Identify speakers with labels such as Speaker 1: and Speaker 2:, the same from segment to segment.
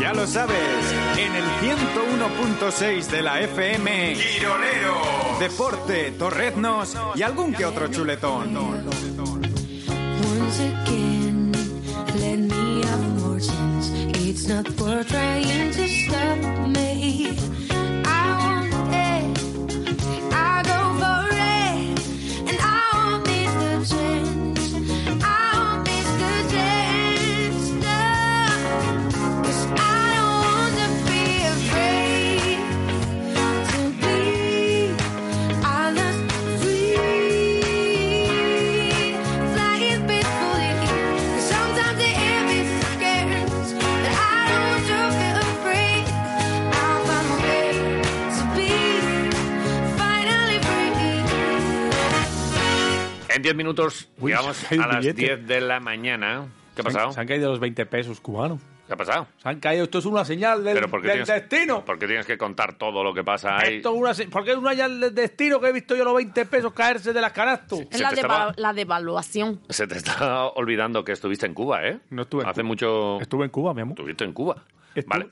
Speaker 1: Ya lo sabes, en el 101.6 de la FM, Girolero, Deporte, Torreznos y algún que otro chuletón.
Speaker 2: Once again, let me have more chance. It's not worth trying to stop me. I want it. I go for it. And I won't miss the chance. I won't miss the chance. No. 'Cause I don't want to be afraid to be honest, free. Fly is peacefully. Sometimes the air is scared, but I don't want to feel afraid. I'll find a way to be finally free.
Speaker 3: En 10 minutos
Speaker 4: Uy,
Speaker 3: llegamos
Speaker 4: hay un
Speaker 3: a las
Speaker 4: billete.
Speaker 3: 10 de la mañana. ¿Qué ha pasado?
Speaker 4: Se han caído los 20 pesos cubanos.
Speaker 3: ¿Qué ha pasado?
Speaker 4: Se han caído. Esto es una señal del,
Speaker 3: Pero porque
Speaker 4: del
Speaker 3: tienes,
Speaker 4: destino.
Speaker 3: porque tienes que contar todo lo que pasa ahí.
Speaker 4: Esto es una se- porque es una señal del destino que he visto yo los 20 pesos caerse de las canastas.
Speaker 5: Es
Speaker 3: Se
Speaker 5: la,
Speaker 3: te
Speaker 5: deva-
Speaker 3: estaba-
Speaker 5: la devaluación.
Speaker 3: Se te está olvidando que estuviste en Cuba, ¿eh?
Speaker 4: No estuve en
Speaker 3: Hace
Speaker 4: Cuba.
Speaker 3: mucho...
Speaker 4: Estuve en Cuba, mi amor.
Speaker 3: Estuviste en Cuba.
Speaker 4: Estuve.
Speaker 3: Vale.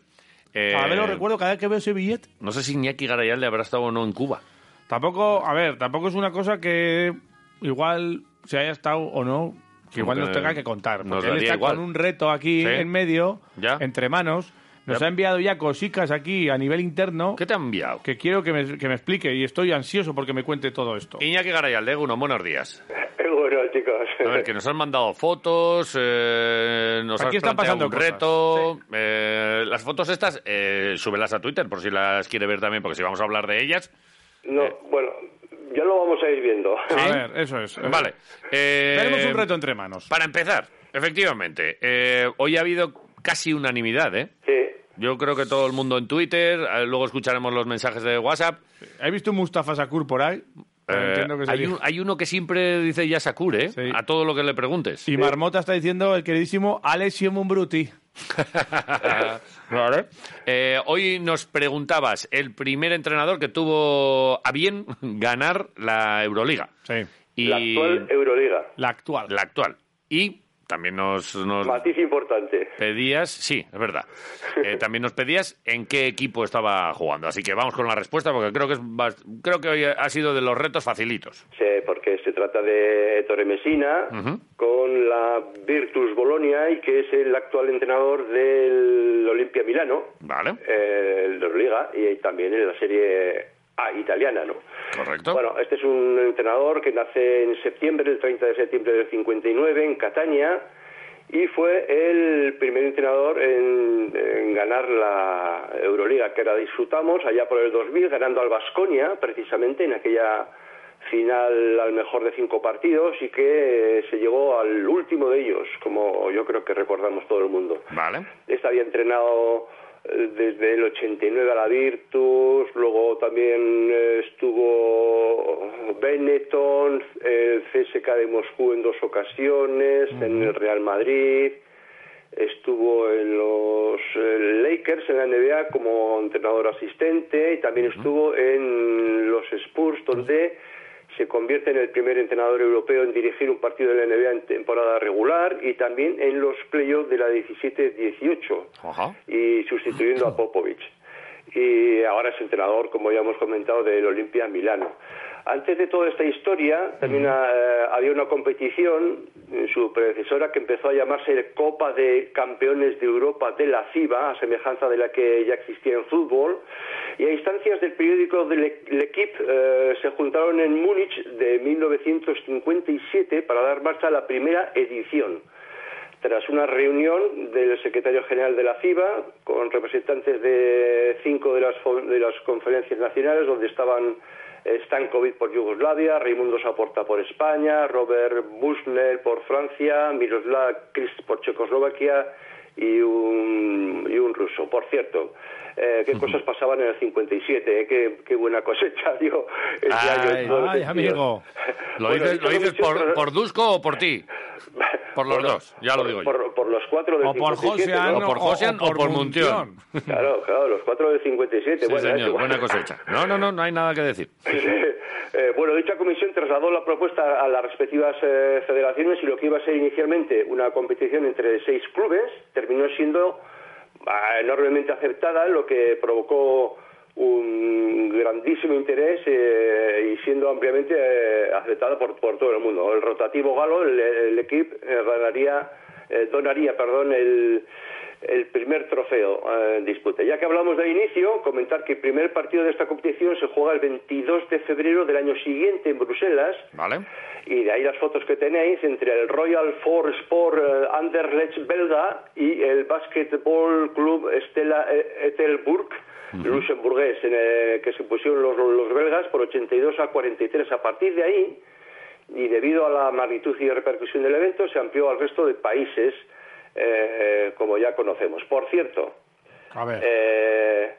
Speaker 4: a ver,
Speaker 3: Eh,
Speaker 4: lo recuerdo cada vez que veo ese billete.
Speaker 3: No sé si Iñaki Garayal le habrá estado o no en Cuba.
Speaker 4: Tampoco, a ver, tampoco es una cosa que igual se haya estado o no, que igual
Speaker 3: Como
Speaker 4: nos
Speaker 3: que
Speaker 4: tenga que contar.
Speaker 3: nos
Speaker 4: Porque él
Speaker 3: daría
Speaker 4: está
Speaker 3: igual.
Speaker 4: con un reto aquí
Speaker 3: Sí.
Speaker 4: en medio,
Speaker 3: Ya.
Speaker 4: entre manos. Nos
Speaker 3: Ya.
Speaker 4: ha enviado ya cositas aquí a nivel interno
Speaker 3: ¿Qué te ha enviado?
Speaker 4: que quiero que me, que me explique y estoy ansioso porque me cuente todo esto.
Speaker 3: Iñaki Garayal, de Egunon, buenos días.
Speaker 6: Bueno, chicos.
Speaker 3: A ver, que nos han mandado fotos, eh, nos
Speaker 4: Aquí
Speaker 3: has
Speaker 4: están
Speaker 3: planteado
Speaker 4: pasando
Speaker 3: un
Speaker 4: cosas,
Speaker 3: reto. eh, las fotos estas, eh, súbelas a Twitter por si las quiere ver también, porque si vamos a hablar de ellas.
Speaker 6: No, bueno, ya lo vamos a ir viendo.
Speaker 4: A ver, eso es.
Speaker 3: Vale. eh,
Speaker 4: Tenemos un reto entre manos.
Speaker 3: Para empezar, efectivamente, eh, hoy ha habido casi unanimidad, ¿eh?
Speaker 6: Sí.
Speaker 3: Yo creo que todo el mundo en Twitter, eh, luego escucharemos los mensajes de WhatsApp.
Speaker 4: ¿He visto un Mustafa Sakur por ahí? Pero
Speaker 3: Eh,
Speaker 4: entiendo que se
Speaker 3: hay,
Speaker 4: diga.
Speaker 3: un- hay uno que siempre dice ya Sakur, ¿eh?
Speaker 4: Sí.
Speaker 3: A todo lo que le preguntes.
Speaker 4: Y Marmota está diciendo el queridísimo Alessio Mumbruti.
Speaker 3: Vale. Eh, hoy nos preguntabas el primer entrenador que tuvo a bien ganar la Euroliga.
Speaker 4: Sí.
Speaker 3: Y
Speaker 6: La actual Euroliga.
Speaker 4: La actual.
Speaker 3: la actual. Y también nos, nos
Speaker 6: Matiz importante.
Speaker 3: pedías, sí, es verdad. Eh, también nos pedías en qué equipo estaba jugando. Así que vamos con la respuesta porque creo que es bas- creo que hoy ha sido de los retos facilitos.
Speaker 6: Sí, porque se trata de Ettore Messina con la Virtus Bolonia y que es el actual entrenador del Olimpia Milano,
Speaker 3: Vale,
Speaker 6: eh, el de Euroliga, y también en la serie A italiana, ¿no?
Speaker 3: correcto.
Speaker 6: Bueno, este es un entrenador que nace en septiembre, el 30 de septiembre del 59, en Catania, y fue el primer entrenador en, en ganar la Euroliga, que la disfrutamos allá por el 2000, ganando al Vasconia, precisamente en aquella final al mejor de cinco partidos y que eh, se llegó al último de ellos, como yo creo que recordamos todo el mundo.
Speaker 3: Vale.
Speaker 6: Esta había entrenado eh, desde el 89 a la Virtus, luego también eh, estuvo Benetton, eh, el CSK de Moscú en dos ocasiones, en el Real Madrid, estuvo en los eh, Lakers en la NBA como entrenador asistente y también estuvo en los Spurs donde se convierte en el primer entrenador europeo en dirigir un partido de la NBA en temporada regular y también en los playoffs de la 17-18
Speaker 3: Ajá.
Speaker 6: y sustituyendo a Popovich. Y ahora es entrenador, como ya hemos comentado, del Olimpia Milano. Antes de toda esta historia, también eh, había una competición, eh, su predecesora, que empezó a llamarse Copa de Campeones de Europa de la FIBA, a semejanza de la que ya existía en fútbol. Y a instancias del periódico de Le- L'Equipe eh, se juntaron en Múnich de 1957 para dar marcha a la primera edición tras una reunión del secretario general de la FIBA con representantes de cinco de las, fo- de las conferencias nacionales donde estaban Stankovic por Yugoslavia, Raimundo Saporta por España, Robert Buschner por Francia, Miroslav Krist por Checoslovaquia y un, y un ruso. por cierto. Eh, qué cosas pasaban en el 57, eh, qué, qué buena cosecha dio ese
Speaker 3: Ay,
Speaker 6: año. en todos los
Speaker 4: Ay,
Speaker 6: sentidos.
Speaker 4: amigo.
Speaker 3: ¿Lo
Speaker 6: Bueno,
Speaker 3: dices,
Speaker 6: yo
Speaker 3: lo
Speaker 6: no
Speaker 3: dices
Speaker 6: me
Speaker 3: por,
Speaker 6: siento-
Speaker 3: por Dusko o por ti? Por los dos, ya lo
Speaker 6: por-
Speaker 3: digo yo.
Speaker 6: Por, por los cuatro del
Speaker 4: O por
Speaker 6: 57,
Speaker 4: José
Speaker 6: ¿no?
Speaker 4: Ano,
Speaker 3: por Josean o por Muntión.
Speaker 6: Claro, claro, los cuatro del 57.
Speaker 3: Sí,
Speaker 6: bueno, es
Speaker 3: señor,
Speaker 6: igual.
Speaker 3: buena cosecha. No, no, no, no hay nada que decir.
Speaker 6: Eh, bueno, dicha comisión trasladó la propuesta a las respectivas eh, federaciones y lo que iba a ser inicialmente una competición entre seis clubes terminó siendo ah, enormemente aceptada, lo que provocó un grandísimo interés eh, y siendo ampliamente eh, aceptada por, por todo el mundo. El rotativo galo, el, equipo, ganaría, eh, donaría perdón, el, el primer trofeo eh, en disputa. Ya que hablamos de inicio, comentar que el primer partido de esta competición se juega el 22 de febrero del año siguiente en Bruselas.
Speaker 3: ¿Vale?
Speaker 6: Y de ahí las fotos que tenéis entre el Royal For Sport eh, Anderlecht belga y el Basketball Club Stella eh, Etelburg luxemburgués, en el que se pusieron los, los belgas por 82 a 43. A partir de ahí, y debido a la magnitud y repercusión del evento, se amplió al resto de países, eh, como ya conocemos. Por cierto,
Speaker 4: A ver.
Speaker 6: eh,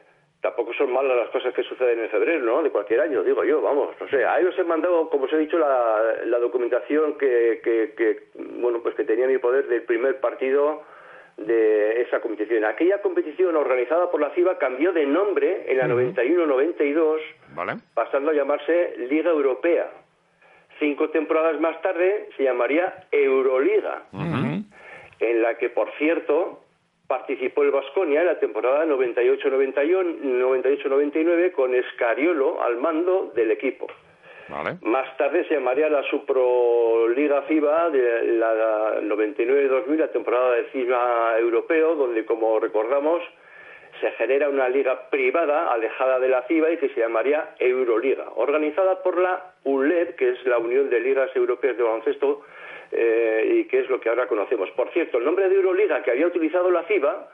Speaker 6: tampoco son malas las cosas que suceden en febrero, ¿no? De cualquier año, digo yo, vamos, no sé. A ellos he mandado, como os he dicho, la, la documentación que, que- que, bueno, pues que tenía en mi poder del primer partido de esa competición. Aquella competición organizada por la FIBA cambió de nombre en la 91-92,
Speaker 3: ¿Vale?
Speaker 6: pasando a llamarse Liga Europea. Cinco temporadas más tarde se llamaría Euroliga en la que, por cierto, participó el Vasconia en la temporada 98-99 con Escariolo al mando del equipo.
Speaker 3: ¿Vale?
Speaker 6: Más tarde se llamaría la Suproliga FIBA de la 99-2000, la temporada de FIBA europeo, donde, como recordamos, se genera una liga privada alejada de la FIBA y que se llamaría Euroliga, organizada por la ULEB, que es la Unión de Ligas Europeas de Baloncesto, eh, y que es lo que ahora conocemos. Por cierto, el nombre de Euroliga que había utilizado la FIBA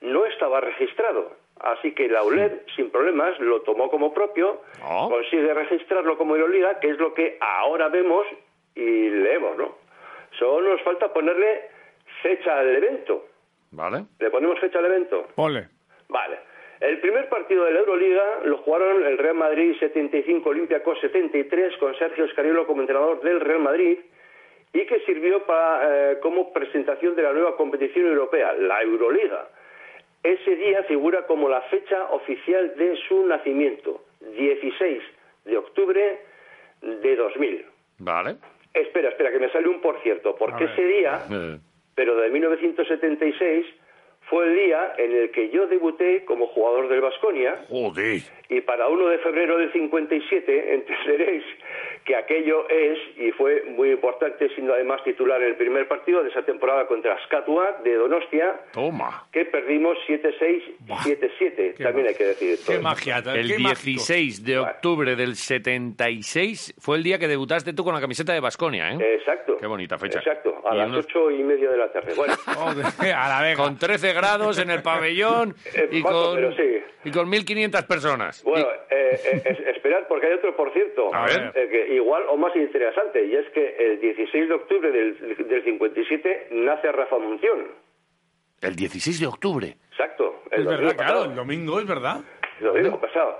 Speaker 6: no estaba registrado, así que la ULEB, sin problemas, lo tomó como propio,
Speaker 3: Ah.
Speaker 6: consigue registrarlo como Euroliga, que es lo que ahora vemos y leemos, ¿no? Solo nos falta ponerle fecha al evento.
Speaker 3: ¿Vale?
Speaker 6: ¿Le ponemos fecha al evento?
Speaker 4: Ponle.
Speaker 6: Vale. El primer partido de la Euroliga lo jugaron el Real Madrid 75, Olympiacos 73, con Sergio Escariolo como entrenador del Real Madrid y que sirvió para, eh, como presentación de la nueva competición europea, la Euroliga. Ese día figura como la fecha oficial de su nacimiento, 16 de octubre de 2000.
Speaker 3: ¿Vale?
Speaker 6: Espera, espera, que me sale un por cierto, porque
Speaker 4: A ver.
Speaker 6: ese día
Speaker 3: Eh,
Speaker 6: pero de 1976 fue el día en el que yo debuté como jugador del Vasconia
Speaker 3: Joder.
Speaker 6: y para 1 de febrero del 57 entenderéis que aquello es y fue muy importante siendo además titular en el primer partido de esa temporada contra Skatua de Donostia
Speaker 3: Toma.
Speaker 6: que perdimos 7-6, 7-7, también hay que decir esto.
Speaker 4: Qué magia. tan-
Speaker 3: El
Speaker 4: qué mágico.
Speaker 3: 16 de octubre del 76 fue el día que debutaste tú con la camiseta de Basconia, ¿eh?
Speaker 6: Exacto.
Speaker 3: Qué bonita fecha.
Speaker 6: Exacto, a
Speaker 3: Y
Speaker 6: las
Speaker 3: unos-
Speaker 6: ocho y media de la tarde. Bueno,
Speaker 4: Joder, a la vega.
Speaker 3: Con 13 grados en el pabellón
Speaker 6: Eh,
Speaker 3: y
Speaker 6: Paco,
Speaker 3: con,
Speaker 6: Eh, pero sí.
Speaker 3: y con 1.500 personas.
Speaker 6: Bueno, eh, eh, es- esperad porque hay otro, por cierto,
Speaker 3: A ver.
Speaker 6: eh, que igual o más interesante, y es que el 16 de octubre del, del 57 nace Rafa Munción.
Speaker 3: Y el 16 de octubre.
Speaker 6: Exacto. el
Speaker 4: Es
Speaker 6: domingo
Speaker 4: verdad, claro.
Speaker 6: pasado.
Speaker 4: El domingo es verdad.
Speaker 6: El domingo pasado.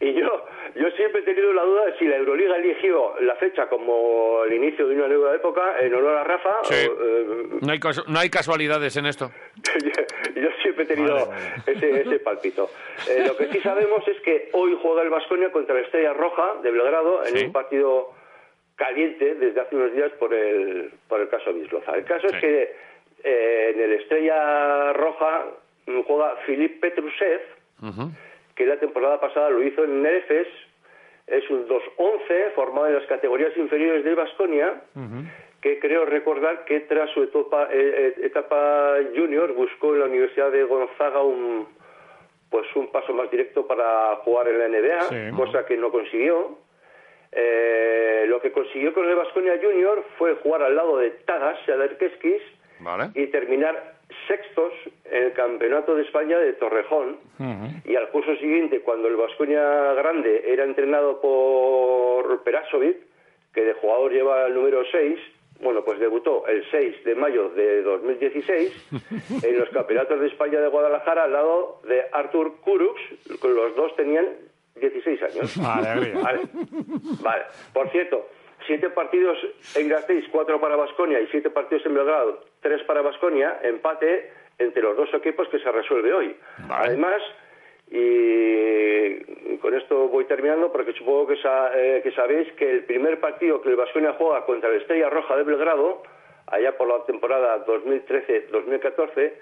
Speaker 6: Y yo, yo siempre he tenido la duda de si la Euroliga eligió la fecha como el inicio de una nueva época en honor a Rafa.
Speaker 3: Sí.
Speaker 6: o, eh,
Speaker 3: No hay, casu- no hay casualidades en esto.
Speaker 6: yo, yo siempre he tenido ese, ese palpito. Eh, lo que sí sabemos es que hoy juega el Vasconia contra la Estrella Roja de Belgrado en
Speaker 3: Sí.
Speaker 6: un partido caliente desde hace unos días por el, por el caso Bisloza. El caso
Speaker 3: Sí.
Speaker 6: es que eh, en el Estrella Roja mm, juega Filip Petrusev, que la temporada pasada lo hizo en Nerefes. Es un 2-11 formado en las categorías inferiores del Vasconia que creo recordar que tras su etapa, eh, eh, etapa junior buscó en la Universidad de Gonzaga un pues un paso más directo para jugar en la NBA,
Speaker 4: Sí.
Speaker 6: cosa que no consiguió. Eh, lo que consiguió con el Vasconia Junior fue jugar al lado de Tagas Saderkeskis
Speaker 3: Vale.
Speaker 6: y terminar sextos en el Campeonato de España de Torrejón. Y al curso siguiente, cuando el Vasconia Grande era entrenado por Perasovic, que de jugador lleva el número 6, Bueno, pues debutó el 6 de mayo de 2016 en los Campeonatos de España de Guadalajara al lado de Artur Kurux. Los dos tenían 16 años.
Speaker 4: Alegría.
Speaker 6: Vale. Vale. Por cierto, siete partidos en Gasteiz, cuatro para Basconia y siete partidos en Belgrado, tres para Basconia, empate entre los dos equipos que se resuelve hoy.
Speaker 3: Vale.
Speaker 6: Además, y con esto voy terminando porque supongo que, sa- eh, que sabéis que el primer partido que el Basconia juega contra la Estrella Roja de Belgrado, allá por la temporada 2013-2014,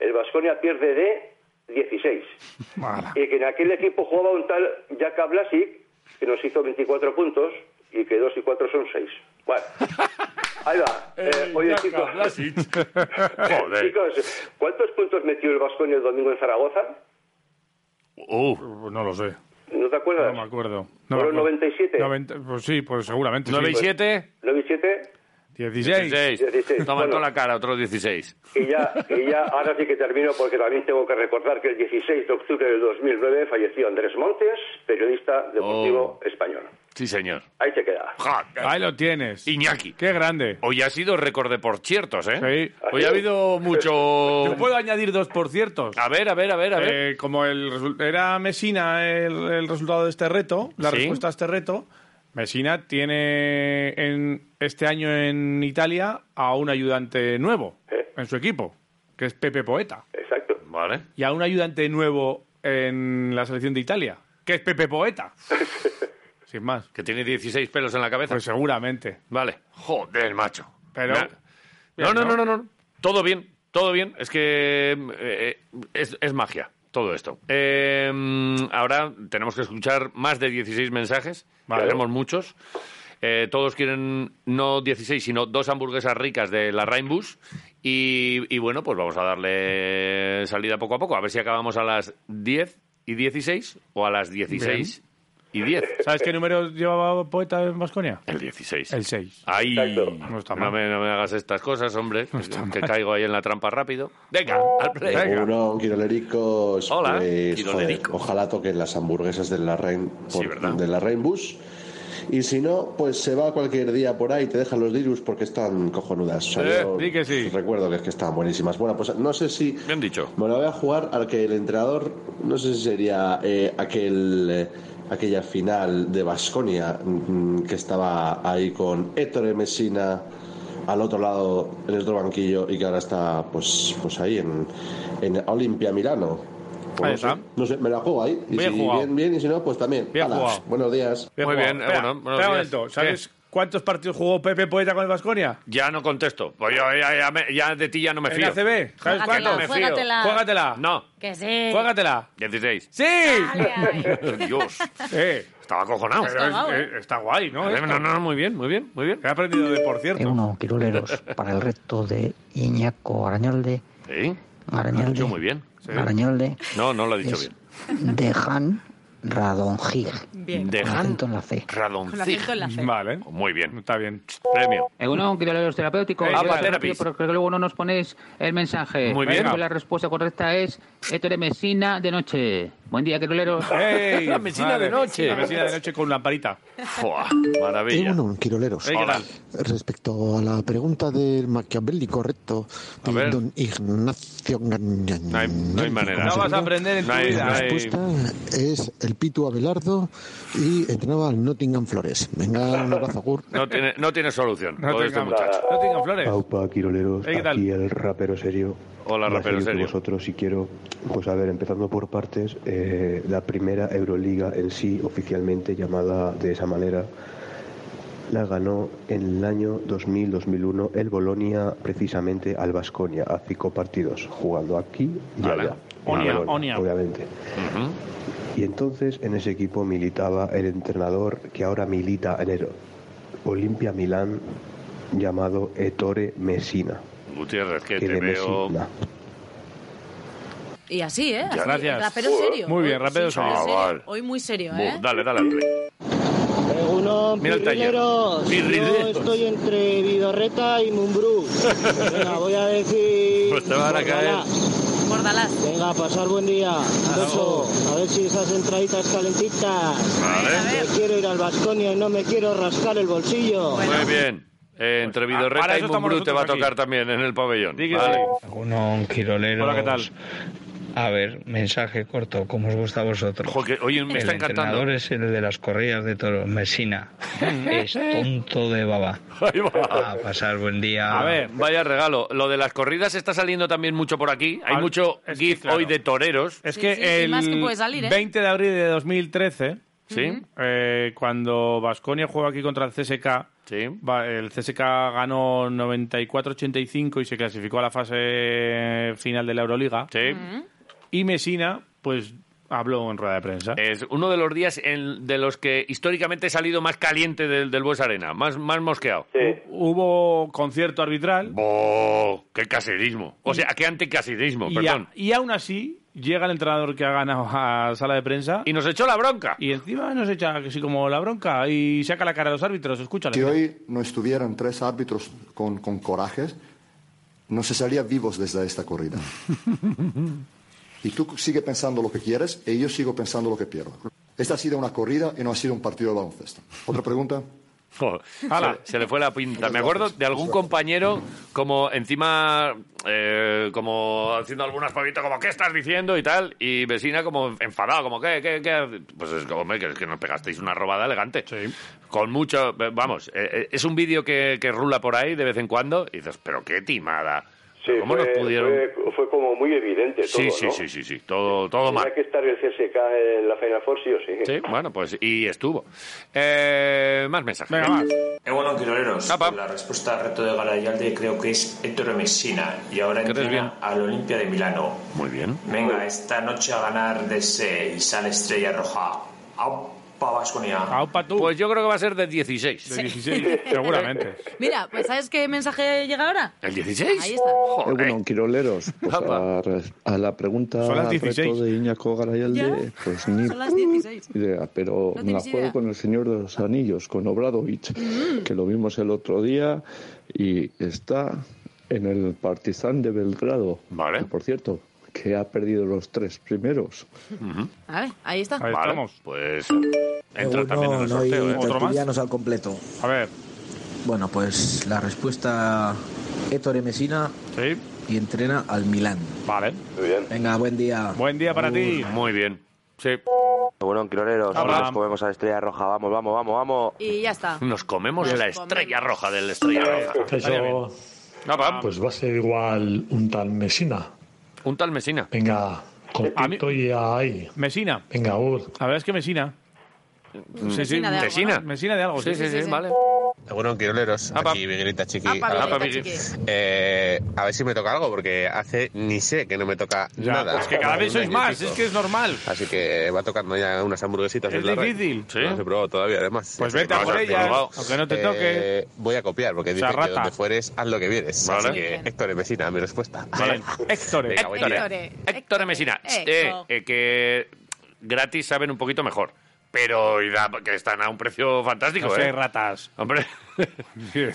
Speaker 6: el Basconia pierde de 16 y que en aquel equipo jugaba un tal Jaka Blasic, que nos hizo 24 puntos, y que 2 y 4 son 6. Bueno, ahí va. Eh, oye, chicos,
Speaker 3: Joder.
Speaker 6: chicos, ¿cuántos puntos metió el Vasco el domingo en Zaragoza?
Speaker 3: Uf.
Speaker 4: No lo sé.
Speaker 6: ¿No te acuerdas?
Speaker 4: No me acuerdo. No me
Speaker 6: Fueron
Speaker 4: acuerdo.
Speaker 6: 97.
Speaker 4: Noventa- pues sí, pues seguramente. sí.
Speaker 3: 9 y 7,
Speaker 6: 9 y 7,
Speaker 4: 16.
Speaker 3: 16.
Speaker 6: 16.
Speaker 3: Toma en
Speaker 6: Bueno.
Speaker 3: toda la cara, otro 16.
Speaker 6: y ya, y ya ahora sí que termino porque también tengo que recordar que el 16 de octubre del 2009 falleció Andrés Montes, periodista deportivo
Speaker 4: Oh.
Speaker 6: español.
Speaker 3: Sí, señor.
Speaker 6: Ahí se queda.
Speaker 3: Joder.
Speaker 4: Ahí lo tienes.
Speaker 3: Iñaki.
Speaker 4: Qué grande.
Speaker 3: Hoy ha sido récord de por ciertos, ¿eh?
Speaker 4: Sí.
Speaker 3: Hoy ha habido mucho...
Speaker 4: Yo puedo añadir dos por ciertos.
Speaker 3: A ver, a ver, a ver, a ver.
Speaker 4: Eh, como el resu- era Mesina el, el resultado de este reto, la
Speaker 3: Sí.
Speaker 4: respuesta a este reto, Mesina tiene en, este año en Italia a un ayudante nuevo
Speaker 6: Eh.
Speaker 4: en su equipo, que es Pepe Poeta,
Speaker 6: Exacto.
Speaker 3: Vale.
Speaker 4: y a un ayudante nuevo en la selección de Italia, que es Pepe Poeta. Sin más.
Speaker 3: Que tiene 16 pelos en la cabeza.
Speaker 4: Pues seguramente.
Speaker 3: Vale. Joder, macho.
Speaker 4: Pero-
Speaker 3: Na- No, no, no, no, no. Todo bien, todo bien. Es que eh, es, es magia todo esto. Eh, ahora tenemos que escuchar más de 16 mensajes.
Speaker 4: Vale.
Speaker 3: Tenemos muchos. Eh, todos quieren no 16, sino dos hamburguesas ricas de la Rainbus. Y, y bueno, pues vamos a darle salida poco a poco. A ver si acabamos a las 10 y 16 o a las 16 y 10.
Speaker 4: ¿Sabes qué número llevaba Poeta en Vasconia?
Speaker 3: El 16.
Speaker 4: El 6.
Speaker 3: Ahí.
Speaker 6: Exacto.
Speaker 4: No está
Speaker 3: No
Speaker 4: mal.
Speaker 3: me, no me hagas estas cosas, hombre. que caigo ahí en la trampa rápido. Venga, al play.
Speaker 4: Venga.
Speaker 5: Uno, Quirolericos.
Speaker 3: Hola,
Speaker 5: pues,
Speaker 3: Quirolerico.
Speaker 5: joder, ojalá toquen las hamburguesas de la, Rain,
Speaker 3: Sí,
Speaker 5: por-
Speaker 3: ¿verdad?
Speaker 5: de la Rainbus. Y si no, pues se va cualquier día por ahí y te dejan los dirus porque están cojonudas. O sea,
Speaker 4: Eh,
Speaker 5: yo
Speaker 4: di que sí.
Speaker 5: Recuerdo que es que estaban buenísimas. Bueno, pues no sé si.
Speaker 3: Bien dicho.
Speaker 5: Me la voy a jugar al que el entrenador, no sé si sería eh, aquel, eh, aquella final de Basconia que estaba ahí con Héctor Messina al otro lado, en el otro banquillo, y que ahora está pues, pues ahí en, en Olimpia Milano.
Speaker 4: Ahí
Speaker 5: Pues no, sé,
Speaker 4: está.
Speaker 5: no sé, me la juego ahí. Y
Speaker 4: Bien
Speaker 5: si
Speaker 4: jugado.
Speaker 5: bien, bien, y si no, pues también.
Speaker 4: Bien
Speaker 5: Hala,
Speaker 4: jugado.
Speaker 5: Buenos días.
Speaker 3: Muy
Speaker 4: jugado.
Speaker 3: bien, eh,
Speaker 4: Espera,
Speaker 3: bueno, buenos
Speaker 4: espera un
Speaker 3: días.
Speaker 4: momento. ¿Sabes cuántos partidos jugó Pepe Poeta con el Vasconia?
Speaker 3: Ya no contesto. Pues yo ya, ya me- ya de ti ya no me
Speaker 4: En
Speaker 3: fío.
Speaker 4: ACB. ¿Sabes
Speaker 3: Ah, Que
Speaker 4: cuántos?
Speaker 3: no me fío.
Speaker 7: Juégatela.
Speaker 4: Juégatela.
Speaker 3: No,
Speaker 7: Que sí.
Speaker 4: Juégatela.
Speaker 3: 16.
Speaker 4: ¡Sí!
Speaker 7: Dale ahí.
Speaker 3: Dios,
Speaker 4: Eh,
Speaker 3: estaba acojonado.
Speaker 4: pero es-
Speaker 7: guau, ¿eh?
Speaker 4: eh, está guay, ¿no?
Speaker 3: No, no, no, muy bien, muy bien, muy bien.
Speaker 4: He aprendido de por
Speaker 8: Es
Speaker 4: cierto.
Speaker 8: uno, Quiroleros, para el reto de Iñaco Arañalde.
Speaker 3: Sí, lo ha
Speaker 8: Arañalde.
Speaker 3: dicho muy bien.
Speaker 8: Arañalde
Speaker 3: No, no lo ha dicho
Speaker 8: es
Speaker 3: bien.
Speaker 8: Dejan Radonjig.
Speaker 7: Bien.
Speaker 8: Con
Speaker 3: Dejan
Speaker 8: acento en la C.
Speaker 7: Con acento en
Speaker 3: Radoncig.
Speaker 7: la C.
Speaker 4: Vale.
Speaker 3: Muy bien.
Speaker 4: Está bien.
Speaker 3: Premio.
Speaker 8: Uno, Quiroleros terapéuticos.
Speaker 3: Ah, para terapis.
Speaker 8: Porque luego no nos ponéis el mensaje. pues
Speaker 3: Muy bien.
Speaker 8: La respuesta correcta es Héctor Mesina de noche. Buen día, Quiroleros.
Speaker 4: ¡Ey!
Speaker 3: La mesina de noche.
Speaker 4: La mesina de noche con lamparita.
Speaker 3: Fua, maravilla.
Speaker 5: Quiroleros.
Speaker 4: Ey, ¿qué
Speaker 3: Pues Hola.
Speaker 4: tal?
Speaker 5: Respecto a la pregunta del maquiavélico correcto
Speaker 3: A ver. don
Speaker 5: Ignacio...
Speaker 3: No hay, no hay manera.
Speaker 4: No vas a aprender en tu
Speaker 3: No hay-
Speaker 4: vida. eh.
Speaker 3: no hay-
Speaker 5: es el Pitu Abelardo y entrenaba al Nottingham Flores. Venga, un abrazo, Gur.
Speaker 3: No tiene, no tiene solución.
Speaker 4: No
Speaker 3: todo este
Speaker 4: tengan,
Speaker 3: muchacho.
Speaker 4: no tengan flores.
Speaker 5: Aupa, Quiroleros,
Speaker 4: Ey, ¿qué tal?
Speaker 5: aquí el rapero serio.
Speaker 3: Hola,
Speaker 5: Voy a
Speaker 3: rapero
Speaker 5: seguir con
Speaker 3: serio.
Speaker 5: vosotros, si quiero. Pues a ver, empezando por partes, eh, la primera Euroliga en sí, oficialmente llamada de esa manera, la ganó en el año 2000-2001 el Bolonia, precisamente al Basconia, a cinco partidos, jugando aquí y
Speaker 3: Vale.
Speaker 5: allá. en
Speaker 4: Onia,
Speaker 5: Bolonia,
Speaker 4: Onia.
Speaker 5: Obviamente.
Speaker 3: Ujú.
Speaker 5: Y entonces en ese equipo militaba el entrenador que ahora milita en el Olimpia Milán, llamado Ettore Messina.
Speaker 3: Gutiérrez, que
Speaker 5: que
Speaker 3: te
Speaker 5: de
Speaker 3: veo.
Speaker 5: Messina.
Speaker 7: Y así, ¿eh? Así,
Speaker 4: gracias.
Speaker 7: Rapero serio.
Speaker 4: Muy bien,
Speaker 7: Hoy-
Speaker 4: rapero
Speaker 7: sí, rapero
Speaker 3: serio.
Speaker 7: serio. Hoy muy serio,
Speaker 3: Bu-
Speaker 7: ¿eh?
Speaker 3: Dale, dale al play. Mira el taller. Pirrileros.
Speaker 8: estoy entre Vidorreta y Mumbrú. Venga, voy a decir.
Speaker 3: Pues te van a caer.
Speaker 7: Bordalás.
Speaker 8: Venga, pasar buen día. Tocho, a ver si esas entraditas calentitas.
Speaker 7: A ver, a
Speaker 3: Vale.
Speaker 7: ver.
Speaker 8: Quiero ir al Vasconia y no me quiero rascar el bolsillo.
Speaker 3: Muy bien. Eh, entre
Speaker 4: para
Speaker 3: Vidorreta y
Speaker 4: eso estamos
Speaker 3: Mumbrú te va a
Speaker 4: nosotros
Speaker 3: tocar
Speaker 4: aquí.
Speaker 3: también en el pabellón.
Speaker 4: Di que
Speaker 3: Vale.
Speaker 4: sí.
Speaker 9: Uno quiroleros.
Speaker 4: Hola, ¿qué tal?
Speaker 9: A ver, mensaje corto, como os gusta a vosotros.
Speaker 3: Ojo, que- oye, me
Speaker 9: el
Speaker 3: está encantando.
Speaker 9: entrenador es el de las corridas de toros, Mesina. es tonto de baba. Ah,
Speaker 3: Ahí va.
Speaker 9: A pasar buen día.
Speaker 3: A ver, vaya regalo. Lo de las corridas está saliendo también mucho por aquí. Hay
Speaker 4: Al-
Speaker 3: mucho GIF hoy de toreros.
Speaker 4: Es que
Speaker 7: sí, sí,
Speaker 4: el
Speaker 7: más que puede salir, ¿eh?
Speaker 4: 20 de abril de 2013,
Speaker 3: Sí.
Speaker 4: eh, cuando Vasconia jugó aquí contra el CSK,
Speaker 3: Sí.
Speaker 4: va- el CSK ganó 94-85 y se clasificó a la fase final de la Euroliga.
Speaker 3: Sí.
Speaker 4: Y Mesina, pues, habló en rueda de prensa.
Speaker 3: Es uno de los días en- de los que históricamente he salido más caliente del, del Bues Arena, más, más mosqueado.
Speaker 6: Sí.
Speaker 4: Hubo concierto arbitral.
Speaker 3: ¡Boh! ¡Qué caserismo! O sea, qué anticasirismo,
Speaker 4: Y,
Speaker 3: perdón.
Speaker 4: a- y aún así, llega el entrenador que ha ganado a sala de prensa
Speaker 3: Y nos echó la bronca.
Speaker 4: y encima nos echa así como la bronca y saca la cara a los árbitros, escúchale.
Speaker 10: Si hoy no estuvieran tres árbitros con, con corajes, no se salía vivos desde esta corrida. Y tú sigue pensando lo que quieres y yo sigo pensando lo que quiero. Esta ha sido una corrida y no ha sido un partido de baloncesto. ¿Otra pregunta?
Speaker 3: Jo,
Speaker 4: Ala.
Speaker 3: se, se le fue la pinta. Me acuerdo de algún compañero como encima, eh, como haciendo algún aspaviento, como ¿qué estás diciendo? y tal. Y vecina como enfadado, como ¿qué? qué, qué? Pues es como hombre, que, que nos pegasteis una robada elegante. Con mucho, vamos, eh, eh, es un vídeo que, que rula por ahí de vez en cuando y dices, pero qué timada.
Speaker 6: Sí,
Speaker 3: ¿Cómo
Speaker 6: fue,
Speaker 3: nos pudieron?
Speaker 6: fue- fue como muy evidente todo,
Speaker 3: sí, sí,
Speaker 6: ¿no?
Speaker 3: sí, sí, sí, todo, todo mal.
Speaker 6: Tenía que estar el CSK en la Final Four, sí o sí.
Speaker 3: Sí, bueno, pues y estuvo. Eh, más mensajes.
Speaker 4: Venga, va.
Speaker 11: Egunon Eh, Quiroleros,
Speaker 3: Apa.
Speaker 11: la respuesta al reto de Garayalde creo que es Héctor Messina y ahora
Speaker 3: ¿Crees bien?
Speaker 11: entrena al Olimpia de Milano.
Speaker 3: Muy bien.
Speaker 11: Venga, esta noche a ganar de 6 a la Estrella Roja. ¡Aupa Vasconia!
Speaker 4: Aupa tú,
Speaker 3: Pues yo creo que va a ser de 16.
Speaker 4: de 16, seguramente.
Speaker 7: Mira, pues ¿sabes qué mensaje llega ahora?
Speaker 3: ¿El 16?
Speaker 7: Ahí está.
Speaker 3: Joder.
Speaker 12: Bueno, Quiroleros, pues
Speaker 3: Apa.
Speaker 12: a, a la pregunta
Speaker 4: Son las
Speaker 12: al reto
Speaker 4: 16.
Speaker 12: de Iñaco Garayalde, pues ni
Speaker 7: Son las 16.
Speaker 12: idea, pero
Speaker 7: No
Speaker 12: me la
Speaker 7: tienes
Speaker 12: juego
Speaker 7: idea.
Speaker 12: con el Señor de los Anillos, con Obradovich, que lo vimos el otro día y está en el Partizan de Belgrado.
Speaker 3: Vale.
Speaker 4: pues,
Speaker 12: Que, por cierto, que ha perdido los tres primeros.
Speaker 7: A ver, ahí está.
Speaker 4: Ahí
Speaker 3: Vale,
Speaker 4: estamos.
Speaker 3: Pues entra también en el sorteo, ¿eh?
Speaker 4: ¿Otro más?
Speaker 13: al completo.
Speaker 4: A ver,
Speaker 13: Bueno, pues la respuesta Héctor Mesina
Speaker 4: sí,
Speaker 13: y entrena al Milán.
Speaker 4: vale.
Speaker 6: Muy bien.
Speaker 13: Venga, buen día.
Speaker 4: Buen día para ti.
Speaker 3: Muy bien. Sí,
Speaker 14: Bueno, Quiroleros,
Speaker 4: Hola.
Speaker 14: nos comemos a la Estrella Roja. Vamos, vamos, vamos, vamos.
Speaker 7: Y ya está.
Speaker 3: nos comemos
Speaker 7: Nos
Speaker 3: la estrella roja del estrella roja.
Speaker 4: Estaría bien.
Speaker 3: Ah, va, pues
Speaker 15: Pues va a ser igual un tal Mesina.
Speaker 3: un tal Mesina.
Speaker 15: Venga, conflicto y ahí.
Speaker 4: Mesina.
Speaker 15: Venga, Ur.
Speaker 4: La verdad es que Mesina. Sí, sí,
Speaker 7: Mesina de algo,
Speaker 3: Mesina.
Speaker 4: Mesina de algo, sí.
Speaker 3: Sí, sí,
Speaker 7: sí,
Speaker 3: sí,
Speaker 7: sí.
Speaker 3: vale.
Speaker 16: Bueno, Quiroleros,
Speaker 3: Apa.
Speaker 16: aquí Miguelita Chiqui.
Speaker 7: Ah, Pablo, está
Speaker 3: Apa, Miguel.
Speaker 7: chiqui.
Speaker 16: Eh, a ver si me toca algo, porque hace ni sé que no me toca
Speaker 4: Ya,
Speaker 16: nada.
Speaker 4: pues que cada vez
Speaker 16: Un
Speaker 4: sois
Speaker 16: año y
Speaker 4: más,
Speaker 16: pico.
Speaker 4: es que es normal.
Speaker 16: Así que va tocando ya unas hamburguesitas.
Speaker 4: Es
Speaker 16: en la red.
Speaker 4: difícil.
Speaker 3: Sí.
Speaker 16: No las he probado todavía, además.
Speaker 4: Pues
Speaker 16: Ya sé
Speaker 4: vete
Speaker 16: que
Speaker 4: a
Speaker 16: me
Speaker 4: por
Speaker 16: vas
Speaker 4: ellas,
Speaker 16: probado.
Speaker 4: aunque no te toque.
Speaker 16: Eh, voy a copiar, porque dice que
Speaker 4: Charrata.
Speaker 16: donde fueres, haz lo que vienes.
Speaker 3: Vale.
Speaker 16: Así que, Héctor Mesina, mi respuesta.
Speaker 4: Bien. Héctor. eh.
Speaker 16: Venga, voy
Speaker 7: Héctor.
Speaker 16: a
Speaker 3: Héctor Mesina. Eh,
Speaker 7: Eso.
Speaker 3: eh, que gratis saben un poquito mejor. Pero y da- que están a un precio fantástico,
Speaker 4: No
Speaker 3: ¿eh?
Speaker 4: sé, ratas.
Speaker 3: Hombre, eh,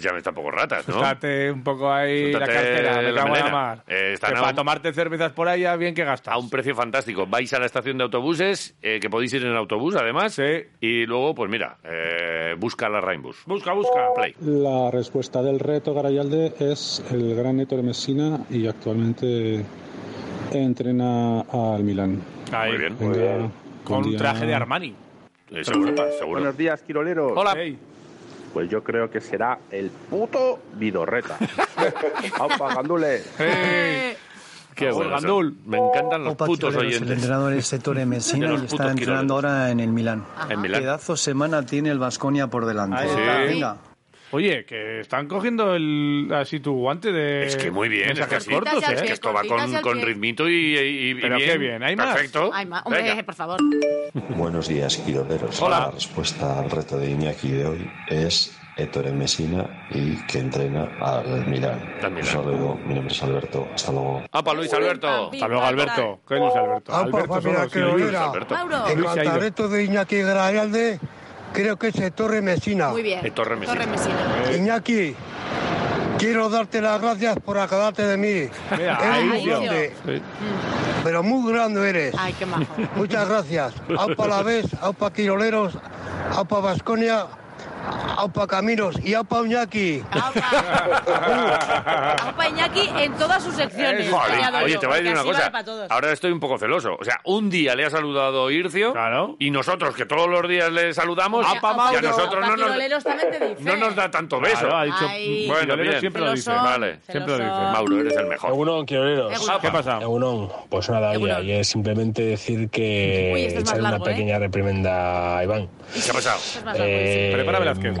Speaker 3: ya me está poco ratas, ¿no?
Speaker 4: Suéltate un poco ahí
Speaker 3: Suéltate
Speaker 4: la cartera, me
Speaker 3: la
Speaker 4: cago en la
Speaker 3: melena.
Speaker 4: mar.
Speaker 3: Eh, están
Speaker 4: que
Speaker 3: a
Speaker 4: para
Speaker 3: un-
Speaker 4: tomarte cervezas por allá, bien que gastas.
Speaker 3: a un precio fantástico. Vais a la estación de autobuses, eh, que podéis ir en autobús además, y luego, pues mira, eh, busca la Rainbus.
Speaker 4: Busca, busca.
Speaker 3: Play.
Speaker 17: La respuesta del reto Garayalde es el gran Héctor Messina y actualmente entrena al Milán.
Speaker 4: Ahí.
Speaker 3: Muy bien.
Speaker 17: Venga,
Speaker 4: Con
Speaker 17: buen
Speaker 4: un
Speaker 17: día.
Speaker 4: traje de Armani.
Speaker 3: Eh, seguro, seguro.
Speaker 18: Buenos días, Quiroleros.
Speaker 3: Hola.
Speaker 4: Ey,
Speaker 18: Pues yo creo que será el puto Vidorreta. ¡Aupa, gandules!
Speaker 4: ey.
Speaker 3: Qué
Speaker 4: Raúl
Speaker 3: bueno,
Speaker 4: Gandul.
Speaker 3: Me encantan los putos
Speaker 19: El
Speaker 3: oyentes.
Speaker 19: entrenador es Ettore
Speaker 3: De
Speaker 19: Messina
Speaker 3: los
Speaker 19: y
Speaker 3: putos
Speaker 19: está entrenando
Speaker 3: quiroleros.
Speaker 19: ahora en el Milán.
Speaker 3: En Milán.
Speaker 19: Pedazo semana tiene el Vasconia por delante.
Speaker 4: Ahí
Speaker 3: Sí.
Speaker 4: está.
Speaker 19: Venga.
Speaker 4: Oye, que están cogiendo el así tu guante de.
Speaker 3: Es que muy bien, es que,
Speaker 4: mensajes
Speaker 3: sí.
Speaker 4: cortos,
Speaker 3: Es
Speaker 7: al
Speaker 4: ¿eh?
Speaker 3: que esto va
Speaker 7: Cortitas
Speaker 3: con,
Speaker 7: al
Speaker 3: con
Speaker 7: pie.
Speaker 3: ritmito y, y- y
Speaker 4: Pero
Speaker 3: bien.
Speaker 4: qué bien, ¿hay más?
Speaker 3: Perfecto.
Speaker 7: Ay, ma- hombre,
Speaker 3: Venga.
Speaker 7: por favor.
Speaker 20: Buenos días, Quiroleros.
Speaker 3: Hola.
Speaker 20: La respuesta al reto de Iñaki de hoy es Héctor Mesina y que entrena al Milán.
Speaker 3: Al Milán.
Speaker 20: Un saludo, mi nombre es Alberto. Hasta luego.
Speaker 3: Apa, Luis Alberto.
Speaker 4: Hasta luego, Alberto. ¿Qué dice Alberto?
Speaker 21: Apa,
Speaker 4: Alberto,
Speaker 21: familia,
Speaker 4: solo, sí,
Speaker 21: que
Speaker 4: Luis,
Speaker 21: olera.
Speaker 3: Alberto.
Speaker 7: Mauro.
Speaker 21: En
Speaker 4: Luis
Speaker 21: cuanto
Speaker 4: se ha
Speaker 21: al
Speaker 4: ido.
Speaker 21: reto de Iñaki Grayalde, creo que es el Torre Mesina.
Speaker 7: Muy
Speaker 4: Eh,
Speaker 7: bien.
Speaker 3: Héctor Remesina.
Speaker 7: Remesina.
Speaker 21: Iñaki, quiero darte las gracias por acordarte de mí.
Speaker 4: Mira,
Speaker 21: Eres
Speaker 4: ahí,
Speaker 21: muy
Speaker 7: tío.
Speaker 21: grande,
Speaker 4: Sí.
Speaker 21: pero muy grande eres.
Speaker 7: Ay, qué majo.
Speaker 21: Muchas gracias. Aupa la vez, aupa Quiroleros, aupa Vasconia, Aupa Caminos y Aupa Uñaki.
Speaker 7: Opa Iñaki en todas sus secciones.
Speaker 3: Joder,
Speaker 7: Ya doy
Speaker 3: oye,
Speaker 7: yo,
Speaker 3: te voy a
Speaker 7: porque
Speaker 3: decir una
Speaker 7: así
Speaker 3: cosa.
Speaker 7: vale para todos.
Speaker 3: Ahora estoy un poco celoso. O sea, un día le ha saludado Ircio y nosotros, que todos los días le saludamos,
Speaker 7: Oye,
Speaker 3: y a
Speaker 7: Mauro,
Speaker 3: nosotros
Speaker 7: Opa
Speaker 3: no nos,
Speaker 7: Quiroleros también te dice.
Speaker 3: no nos da tanto
Speaker 4: Claro,
Speaker 3: beso.
Speaker 4: ha dicho- Ay.
Speaker 3: bueno,
Speaker 4: Quiroleros
Speaker 3: bien.
Speaker 4: siempre lo dice. Celosón,
Speaker 3: Vale,
Speaker 4: Siempre lo dice. celosón.
Speaker 3: Pues Mauro, eres el mejor.
Speaker 22: Egunon, quiroleros.
Speaker 4: Egunon. ¿Qué pasa?
Speaker 22: Egunon. Pues nada, oye, y es simplemente decir que
Speaker 3: Uy, este es más
Speaker 22: echarle
Speaker 3: largo,
Speaker 22: una
Speaker 3: ¿eh?
Speaker 22: pequeña reprimenda a Iván.
Speaker 3: ¿Qué ha pasado?
Speaker 7: Este
Speaker 22: Eh,
Speaker 4: Prepara Velázquez.
Speaker 22: La
Speaker 4: ¿Qué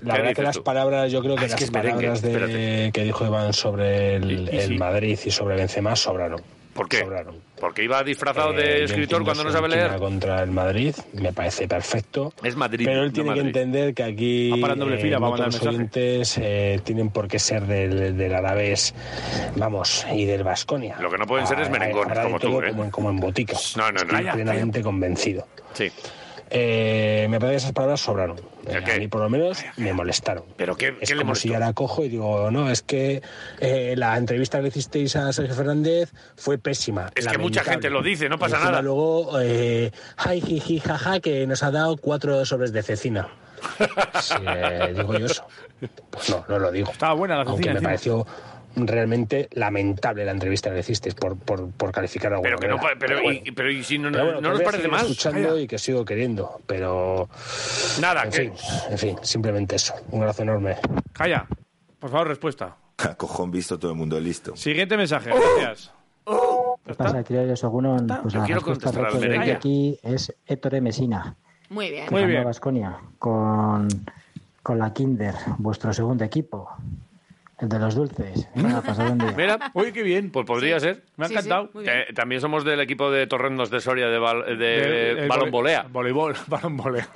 Speaker 22: verdad que
Speaker 4: dices
Speaker 22: las
Speaker 4: tú?
Speaker 22: palabras, yo creo
Speaker 4: Ah,
Speaker 22: que
Speaker 4: es
Speaker 22: las
Speaker 4: que es merengue,
Speaker 22: palabras de, que dijo Iván sobre el,
Speaker 3: Y- y
Speaker 22: el
Speaker 3: sí.
Speaker 22: Madrid y sobre Benzema sobraron.
Speaker 3: ¿Por qué? Porque iba disfrazado
Speaker 22: Eh,
Speaker 3: de
Speaker 22: yo
Speaker 3: escritor
Speaker 22: entiendo
Speaker 3: cuando no
Speaker 22: su
Speaker 3: sabe leer.
Speaker 22: inquina contra el Madrid, me parece perfecto.
Speaker 3: Es Madrid.
Speaker 22: Pero él
Speaker 3: no
Speaker 22: tiene que
Speaker 3: Madrid.
Speaker 22: entender que aquí
Speaker 3: Va para doble fila,
Speaker 22: no
Speaker 3: va a mandar
Speaker 22: todos los
Speaker 3: mensaje.
Speaker 22: oyentes eh, tienen por qué ser del, del Alavés, vamos, y del Vasconia.
Speaker 3: Lo que no pueden ser es merengones, como tú, ¿eh?
Speaker 22: Como en, como en botica.
Speaker 3: No, no, no.
Speaker 22: Estoy
Speaker 3: Calla,
Speaker 22: plenamente convencido.
Speaker 3: Sí.
Speaker 22: Eh, me parece que esas palabras sobraron. Eh, a mí por lo menos me molestaron.
Speaker 3: ¿Pero qué,
Speaker 22: Es
Speaker 3: qué le
Speaker 22: como si
Speaker 3: molestó?
Speaker 22: ahora cojo y digo, no, es que eh, la entrevista que le hicisteis a Sergio Fernández fue pésima.
Speaker 3: Es que mucha
Speaker 22: lamentable.
Speaker 3: gente lo dice, no
Speaker 22: Y
Speaker 3: pasa
Speaker 22: encima
Speaker 3: nada.
Speaker 22: Luego, eh, ay, jiji, jaja, que nos ha dado cuatro sobres de cecina. Si, eh, digo yo eso. Pues no, no lo digo.
Speaker 4: Estaba buena la
Speaker 22: Aunque
Speaker 4: cecina,
Speaker 22: me
Speaker 4: encima.
Speaker 22: pareció realmente lamentable la entrevista que le hicisteis por, por, por calificar a
Speaker 3: Pero que no, pa-
Speaker 22: Guardiola.
Speaker 3: pero,
Speaker 22: bueno.
Speaker 3: y, pero y si no,
Speaker 22: Pero bueno, que
Speaker 3: no nos
Speaker 22: voy a
Speaker 3: parece
Speaker 22: seguir
Speaker 3: mal.
Speaker 22: escuchando y que sigo queriendo, pero.
Speaker 3: Nada,
Speaker 22: en
Speaker 3: que-
Speaker 22: fin, en fin, simplemente eso. Un abrazo enorme.
Speaker 4: Calla. Por favor, respuesta.
Speaker 23: A cojón visto todo el mundo listo.
Speaker 4: Siguiente mensaje.
Speaker 22: ¡Oh!
Speaker 4: Gracias.
Speaker 1: ¿Qué pasa, Criollos Ogunon? Pues
Speaker 23: Yo
Speaker 1: la
Speaker 23: quiero
Speaker 1: respuesta
Speaker 23: contestar al
Speaker 1: rápida
Speaker 23: merengue.
Speaker 1: de aquí es Héctor Mesina.
Speaker 7: Muy bien.
Speaker 1: que ganó Baskonia con, con la Kinder, vuestro segundo equipo, el de los dulces. ¿eh? Venga, pasad un día.
Speaker 3: Mira,
Speaker 4: uy, qué bien.
Speaker 3: Pues podría ser.
Speaker 4: Me ha Sí, sí, encantado. muy bien.
Speaker 3: Eh, también somos del equipo de Torrendos de Soria de, bal- de,
Speaker 4: El- el
Speaker 3: balonvolea.
Speaker 4: Voleibol, balonvolea.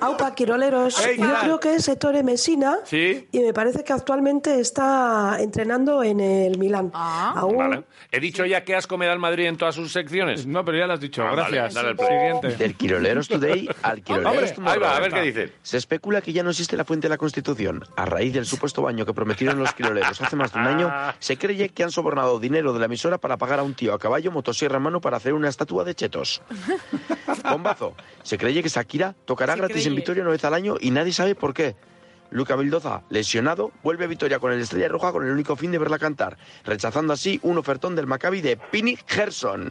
Speaker 24: Aupa Quiroleros,
Speaker 3: Ey,
Speaker 24: yo
Speaker 3: Caral.
Speaker 24: creo que es Ettore Messina
Speaker 3: Sí.
Speaker 24: y me parece que actualmente está entrenando en el Milán.
Speaker 7: Ah,
Speaker 24: Aún
Speaker 3: Vale. ¿He dicho ya que asco me da el Madrid en todas sus secciones?
Speaker 4: No, pero ya lo has dicho. gracias.
Speaker 3: Dale,
Speaker 4: Siguiente.
Speaker 14: Del Quiroleros Today al Quiroleros
Speaker 4: Hombre, ahí va, a ver qué
Speaker 3: dice.
Speaker 14: Se especula que ya no existe la fuente de la Constitución. A raíz del supuesto baño que prometieron los Quiroleros hace más de un año, se cree que han sobornado dinero de la emisora para pagar a un tío a caballo motosierra en mano para hacer una estatua de chetos. Bombazo. Se cree que Shakira tocará gratis en Vitoria una vez al año y nadie sabe por qué. Luca Vildoza, lesionado, vuelve a Vitoria con el Estrella Roja con el único fin de verla cantar, rechazando así un ofertón del Maccabi de Pini Gerson.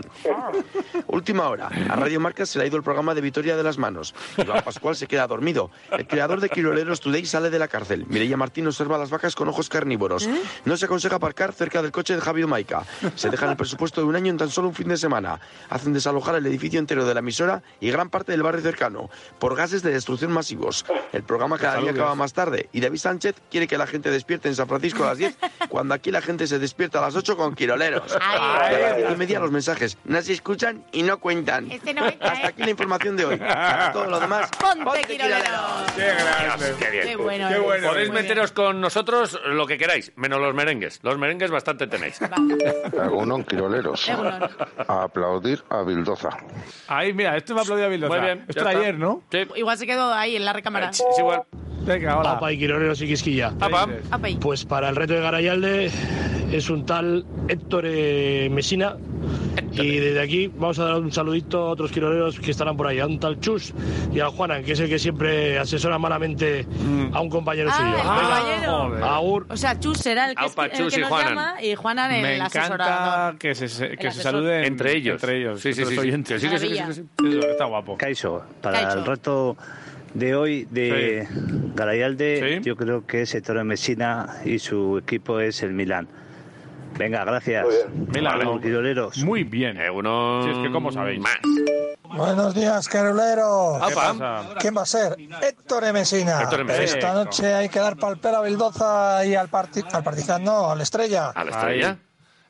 Speaker 14: Última hora. A Radio Marca se le ha ido el programa de Vitoria de las manos. Iván Pascual se queda dormido. El creador de Quiroleros Today sale de la cárcel. Mireia Martín observa a las vacas con ojos carnívoros. No se aconseja aparcar cerca del coche de Javier Maica. Se dejan el presupuesto de un año en tan solo un fin de semana. Hacen desalojar el edificio entero de la emisora y gran parte del barrio cercano por gases de destrucción masivos. El programa cada día
Speaker 22: Saludos.
Speaker 14: acaba más tarde y David Sánchez quiere que la gente despierte en San Francisco a las 10 cuando aquí la gente se despierta a las 8 con Quiroleros.
Speaker 22: Ay.
Speaker 14: De las 10 y media los mensajes. No se escuchan y no cuentan.
Speaker 7: Este
Speaker 14: Hasta aquí la información de hoy. Para todo lo demás,
Speaker 7: Ponte, Quiroleros.
Speaker 4: Qué grande.
Speaker 3: Qué bien.
Speaker 7: Qué bueno Qué eres. bueno
Speaker 3: Podéis
Speaker 7: eres. Muy
Speaker 3: meteros con nosotros lo que queráis, menos los merengues. Los merengues bastante tenéis.
Speaker 25: Egunon, Quiroleros. A aplaudir a Bildoza.
Speaker 4: Ahí, mira, este me aplaudió a Bildoza.
Speaker 25: Muy bien,
Speaker 4: Esto
Speaker 25: ya
Speaker 4: era
Speaker 25: está.
Speaker 4: ayer, ¿no?
Speaker 7: Igual se quedó ahí en la recámara.
Speaker 3: igual.
Speaker 4: Venga, hola.
Speaker 26: Apa y Quiroleros y Quisquilla. Pues para el reto de Garayalde es un tal Héctor eh, Mesina. Y desde aquí vamos a dar un saludito a otros quiroleros que estarán por ahí, a un tal Chus y al Juanan, que es el que siempre asesora malamente
Speaker 3: Mm.
Speaker 26: a un compañero
Speaker 7: Ah,
Speaker 26: suyo.
Speaker 7: el
Speaker 26: Venga,
Speaker 7: compañero.
Speaker 26: joder. Agur.
Speaker 7: O sea, Chus será el que,
Speaker 26: Aupa,
Speaker 7: el
Speaker 26: Chus
Speaker 7: que
Speaker 26: y
Speaker 7: nos
Speaker 26: Juanan.
Speaker 7: llama y Juanan el
Speaker 4: Me
Speaker 7: asesorador.
Speaker 4: encanta que se, que
Speaker 7: El
Speaker 4: se
Speaker 7: asesor.
Speaker 4: saluden
Speaker 3: Entre ellos.
Speaker 4: Entre ellos.
Speaker 3: Sí, sí,
Speaker 4: entre los
Speaker 3: sí, sí.
Speaker 4: oyentes.
Speaker 3: Que sí, que sí, que sí, que sí.
Speaker 4: Sí, Está guapo.
Speaker 27: Caiso, para
Speaker 4: Kaixo.
Speaker 27: el reto de hoy de Garayalde, yo creo que es Ettore Messina y su equipo es el Milán. Venga, gracias.
Speaker 3: Milán,
Speaker 27: Agur,
Speaker 3: ¿no?
Speaker 27: Quiroleros.
Speaker 4: Muy bien.
Speaker 3: Eh, Uno...
Speaker 27: Si es que cómo sabéis.
Speaker 3: Más.
Speaker 21: Buenos días, Caroleros.
Speaker 3: ¿Qué pasa?
Speaker 21: ¿Quién va a ser? Héctor Mesina.
Speaker 3: Héctor Mesina.
Speaker 21: Esta noche hay que dar palpera a Bildoza y al, parti al Partizan, no, al Estrella.
Speaker 3: ¿A la estrella?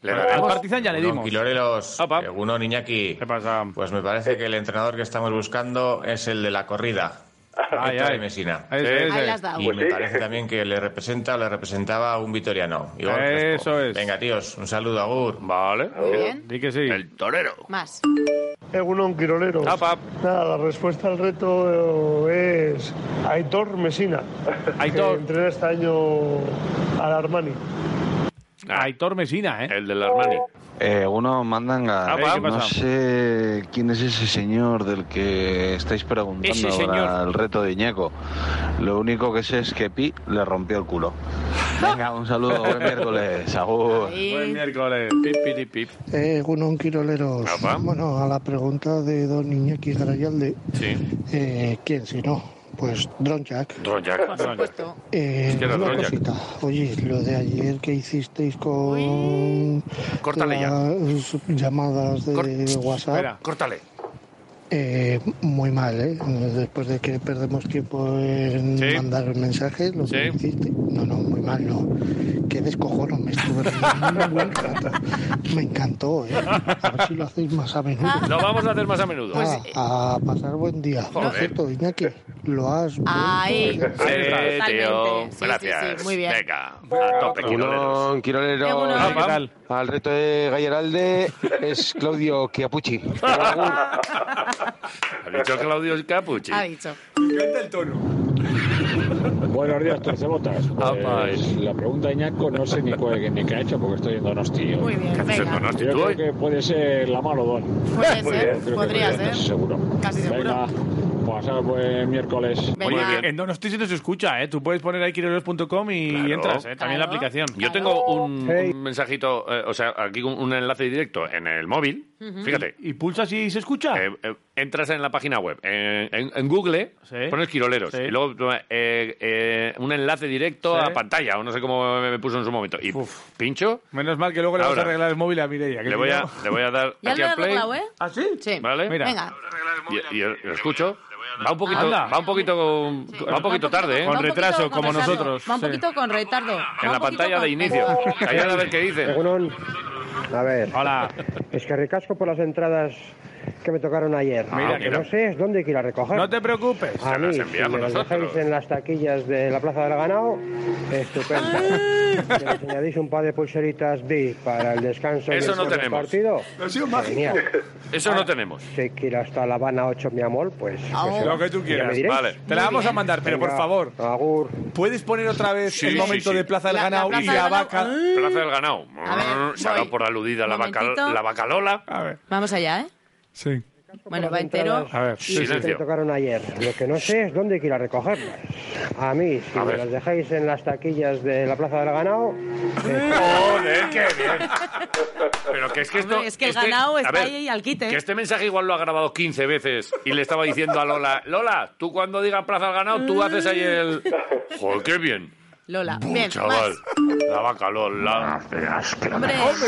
Speaker 3: ¿Le
Speaker 21: Al
Speaker 3: daremos?
Speaker 21: Partizan ya le dimos.
Speaker 28: Quiroleros, Egunon eh, Iñaki. ¿Qué pasa? Pues me parece que el entrenador que estamos buscando es el de la corrida.
Speaker 4: Ay,
Speaker 28: Héctor
Speaker 4: ay.
Speaker 28: de Mesina.
Speaker 4: Ese, Ahí ese. le has dado.
Speaker 28: Y
Speaker 4: Pues
Speaker 28: me
Speaker 4: sí.
Speaker 28: parece también que le representa o le representaba a un vitoriano.
Speaker 4: Eso
Speaker 28: es. pues, Venga, tíos, un saludo, Agur.
Speaker 3: Vale.
Speaker 28: Bien.
Speaker 4: Di que sí.
Speaker 3: El torero.
Speaker 7: Más.
Speaker 29: Egunon Quiroleros. Nada, la respuesta al reto eh, es Aitor Mesina.
Speaker 4: Aitor.
Speaker 29: Que entrena este año al Armani.
Speaker 4: Aitor Mesina, ¿eh?
Speaker 3: El del Armani.
Speaker 16: Eh, uno mandanga.
Speaker 3: Ah, va. ¿Qué
Speaker 16: no
Speaker 3: pasa?
Speaker 16: sé quién es ese señor del que estáis preguntando
Speaker 3: Ese señor.
Speaker 16: para el reto de Iñaco. Lo único que sé es que Pi le rompió el culo. Venga, un saludo, buen miércoles. Agur.
Speaker 4: Buen miércoles. Pip, pip, pip.
Speaker 21: Eh, Gunón Quiroleros.
Speaker 4: Apa.
Speaker 21: Bueno, a la pregunta de don Iñaki Garayalde. Eh, ¿Quién si no? Pues Don Jack.
Speaker 3: Don Jack. Por
Speaker 21: supuesto. Eh,
Speaker 3: Es que era
Speaker 21: una
Speaker 3: Don Jack.
Speaker 21: cosita. Oye, lo de ayer que hicisteis con
Speaker 3: Córtale ya.
Speaker 21: las llamadas de WhatsApp.
Speaker 3: córtale.
Speaker 21: Eh, muy mal, ¿eh? Después de que perdemos tiempo en mandar el mensaje, lo que hiciste. No, no, muy mal, no. Qué descojono, me estuve riendo una buena rata. Me encantó, ¿eh? A ver si lo hacéis más a menudo.
Speaker 3: Lo vamos a hacer más a menudo.
Speaker 21: Ah, a pasar buen día. Por
Speaker 3: Joder.
Speaker 21: cierto, Iñaki, lo has... vuelto a
Speaker 7: Ahí.
Speaker 21: hacer.
Speaker 3: Sí, Eh, tío.
Speaker 7: Sí, sí,
Speaker 3: Gracias.
Speaker 7: sí, muy bien.
Speaker 3: Venga, a tope, quiroleros.
Speaker 30: Egunon, Quiroleros.
Speaker 3: Egunon.
Speaker 7: pues,
Speaker 3: Ah, ¿qué tal?
Speaker 30: Al reto de Galleralde es Claudio Chiapucci.
Speaker 3: Ha dicho Claudio Capuchi.
Speaker 7: Ha dicho.
Speaker 4: el tono.
Speaker 22: Buenos días, Torcebotas. Pues, la pregunta de Ñaco no sé ni, cuál, ni qué ha hecho porque estoy en Donosti.
Speaker 7: Muy bien,
Speaker 22: Yo
Speaker 7: venga.
Speaker 22: creo que puede ser la mano Don.
Speaker 7: Puede
Speaker 22: Muy
Speaker 7: ser,
Speaker 22: bien, creo que
Speaker 7: podría
Speaker 22: puede
Speaker 7: ser.
Speaker 22: casi seguro.
Speaker 7: Casi seguro.
Speaker 22: Venga, pasar buen miércoles.
Speaker 7: Venga. Muy bien.
Speaker 4: En Donosti se nos escucha, ¿eh? Tú puedes poner ahí quiroleros.com y
Speaker 3: Claro.
Speaker 4: entras, ¿eh? También la aplicación.
Speaker 3: Yo tengo un, un mensajito, eh, o sea, aquí un, un enlace directo en el móvil.
Speaker 4: Ujú.
Speaker 3: Fíjate.
Speaker 4: ¿Y pulsas y se escucha?
Speaker 3: Eh, eh, entras en la página web, en, en- en Google,
Speaker 4: Sí.
Speaker 3: pones quiroleros.
Speaker 4: Sí.
Speaker 3: Y luego eh, eh, un enlace directo
Speaker 4: Sí.
Speaker 3: a pantalla, o no sé cómo me, me puso en su momento. Y pincho,
Speaker 4: Menos mal que luego le vas
Speaker 3: Ahora.
Speaker 4: a arreglar el móvil a Mireia.
Speaker 3: le voy, a, le voy a dar
Speaker 7: Ya
Speaker 3: aquí
Speaker 7: lo he
Speaker 3: a play.
Speaker 7: arreglado, ¿eh?
Speaker 4: ¿Ah, sí?
Speaker 7: Sí.
Speaker 3: Vale. Mira.
Speaker 7: Venga.
Speaker 3: Y, y- y lo escucho. Va un poquito,
Speaker 4: Anda.
Speaker 3: va un poquito, va un poquito tarde, ¿eh?
Speaker 7: Va un poquito retardo. Va un poquito con retardo. Va
Speaker 3: En
Speaker 7: un poquito
Speaker 3: la pantalla
Speaker 7: con-
Speaker 3: de inicio. Callad a ver qué dicen.
Speaker 9: Egunon. A ver.
Speaker 4: Hola.
Speaker 9: Es que recasco por las entradas que me tocaron ayer.
Speaker 3: Ah,
Speaker 4: Mira,
Speaker 9: Lo que
Speaker 4: mira.
Speaker 9: no sé es dónde quiero recoger.
Speaker 4: No te preocupes.
Speaker 9: A mí, si me las dejáis en las taquillas de la Plaza del Ganao, estupendo. Si les añadís un par de pulseritas B para el descanso y
Speaker 3: Eso
Speaker 9: el
Speaker 3: no
Speaker 9: cierre del
Speaker 3: tenemos.
Speaker 9: partido. genial.
Speaker 3: Eso
Speaker 9: Ah.
Speaker 3: no tenemos.
Speaker 9: Si quiero hasta La Habana 8, mi amor, pues...
Speaker 3: Ah,
Speaker 9: se
Speaker 3: lo
Speaker 9: va.
Speaker 3: que tú
Speaker 9: Ya me
Speaker 3: quieras.
Speaker 9: diréis.
Speaker 3: Vale.
Speaker 4: Te la vamos a mandar, pero por
Speaker 9: Venga,
Speaker 4: favor.
Speaker 9: Agur.
Speaker 4: ¿Puedes poner otra vez
Speaker 3: Sí,
Speaker 4: el
Speaker 3: sí,
Speaker 4: momento
Speaker 3: sí.
Speaker 4: de Plaza del
Speaker 3: La- la
Speaker 4: Ganao
Speaker 3: Plaza
Speaker 4: y
Speaker 3: del
Speaker 4: la
Speaker 3: Ganao.
Speaker 4: vaca?
Speaker 3: Plaza del ganado. Se ha dado por aludida la, vaca,
Speaker 7: momentito.
Speaker 3: la bacalola.
Speaker 9: Ah,
Speaker 7: Vamos allá, ¿eh?
Speaker 4: Sí.
Speaker 7: Bueno, va entero.
Speaker 3: A ver,
Speaker 9: Y si te
Speaker 3: silencio.
Speaker 9: tocaron ayer. Lo que no sé es dónde quiero recogerlas. A mí, si
Speaker 3: A
Speaker 9: me
Speaker 3: ver.
Speaker 9: las dejáis en las taquillas de la Plaza del Ganao,
Speaker 3: Joder, qué bien. Pero que es que esto.
Speaker 9: Hombre, es que el
Speaker 3: este-
Speaker 9: ganao
Speaker 3: a
Speaker 9: está
Speaker 3: ver,
Speaker 9: ahí al quite.
Speaker 3: Que este mensaje igual lo ha grabado 15 veces y le estaba diciendo a Lola: Lola, tú cuando digas plaza al ganado, tú haces ahí el. Joder, qué bien.
Speaker 7: Lola.
Speaker 3: Bu,
Speaker 7: Bien,
Speaker 3: chaval. La vaca Lola.
Speaker 7: Hombre,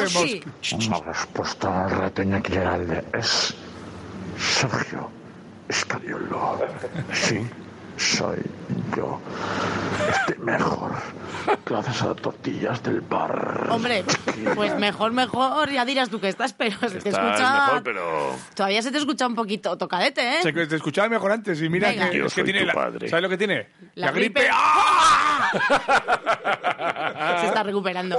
Speaker 7: sí.
Speaker 31: La respuesta al reteña que Geralde es Sergio Escariolo. Sí, soy yo. Estoy mejor gracias a tortillas del bar.
Speaker 7: Hombre, pues mejor, mejor. Ya dirás tú que estás, pero se te
Speaker 4: Estás
Speaker 7: escucha.
Speaker 4: mejor,
Speaker 3: pero-
Speaker 7: Todavía se te escucha un poquito tocadete, ¿eh?
Speaker 4: Se- te escuchaba mejor antes y mira
Speaker 7: Venga.
Speaker 4: que,
Speaker 7: Yo
Speaker 4: es que
Speaker 7: soy
Speaker 4: tiene
Speaker 7: tu
Speaker 4: la,
Speaker 7: padre.
Speaker 4: ¿Sabes lo que tiene?
Speaker 7: La gripe.
Speaker 4: ¡Ah!
Speaker 7: Se está recuperando.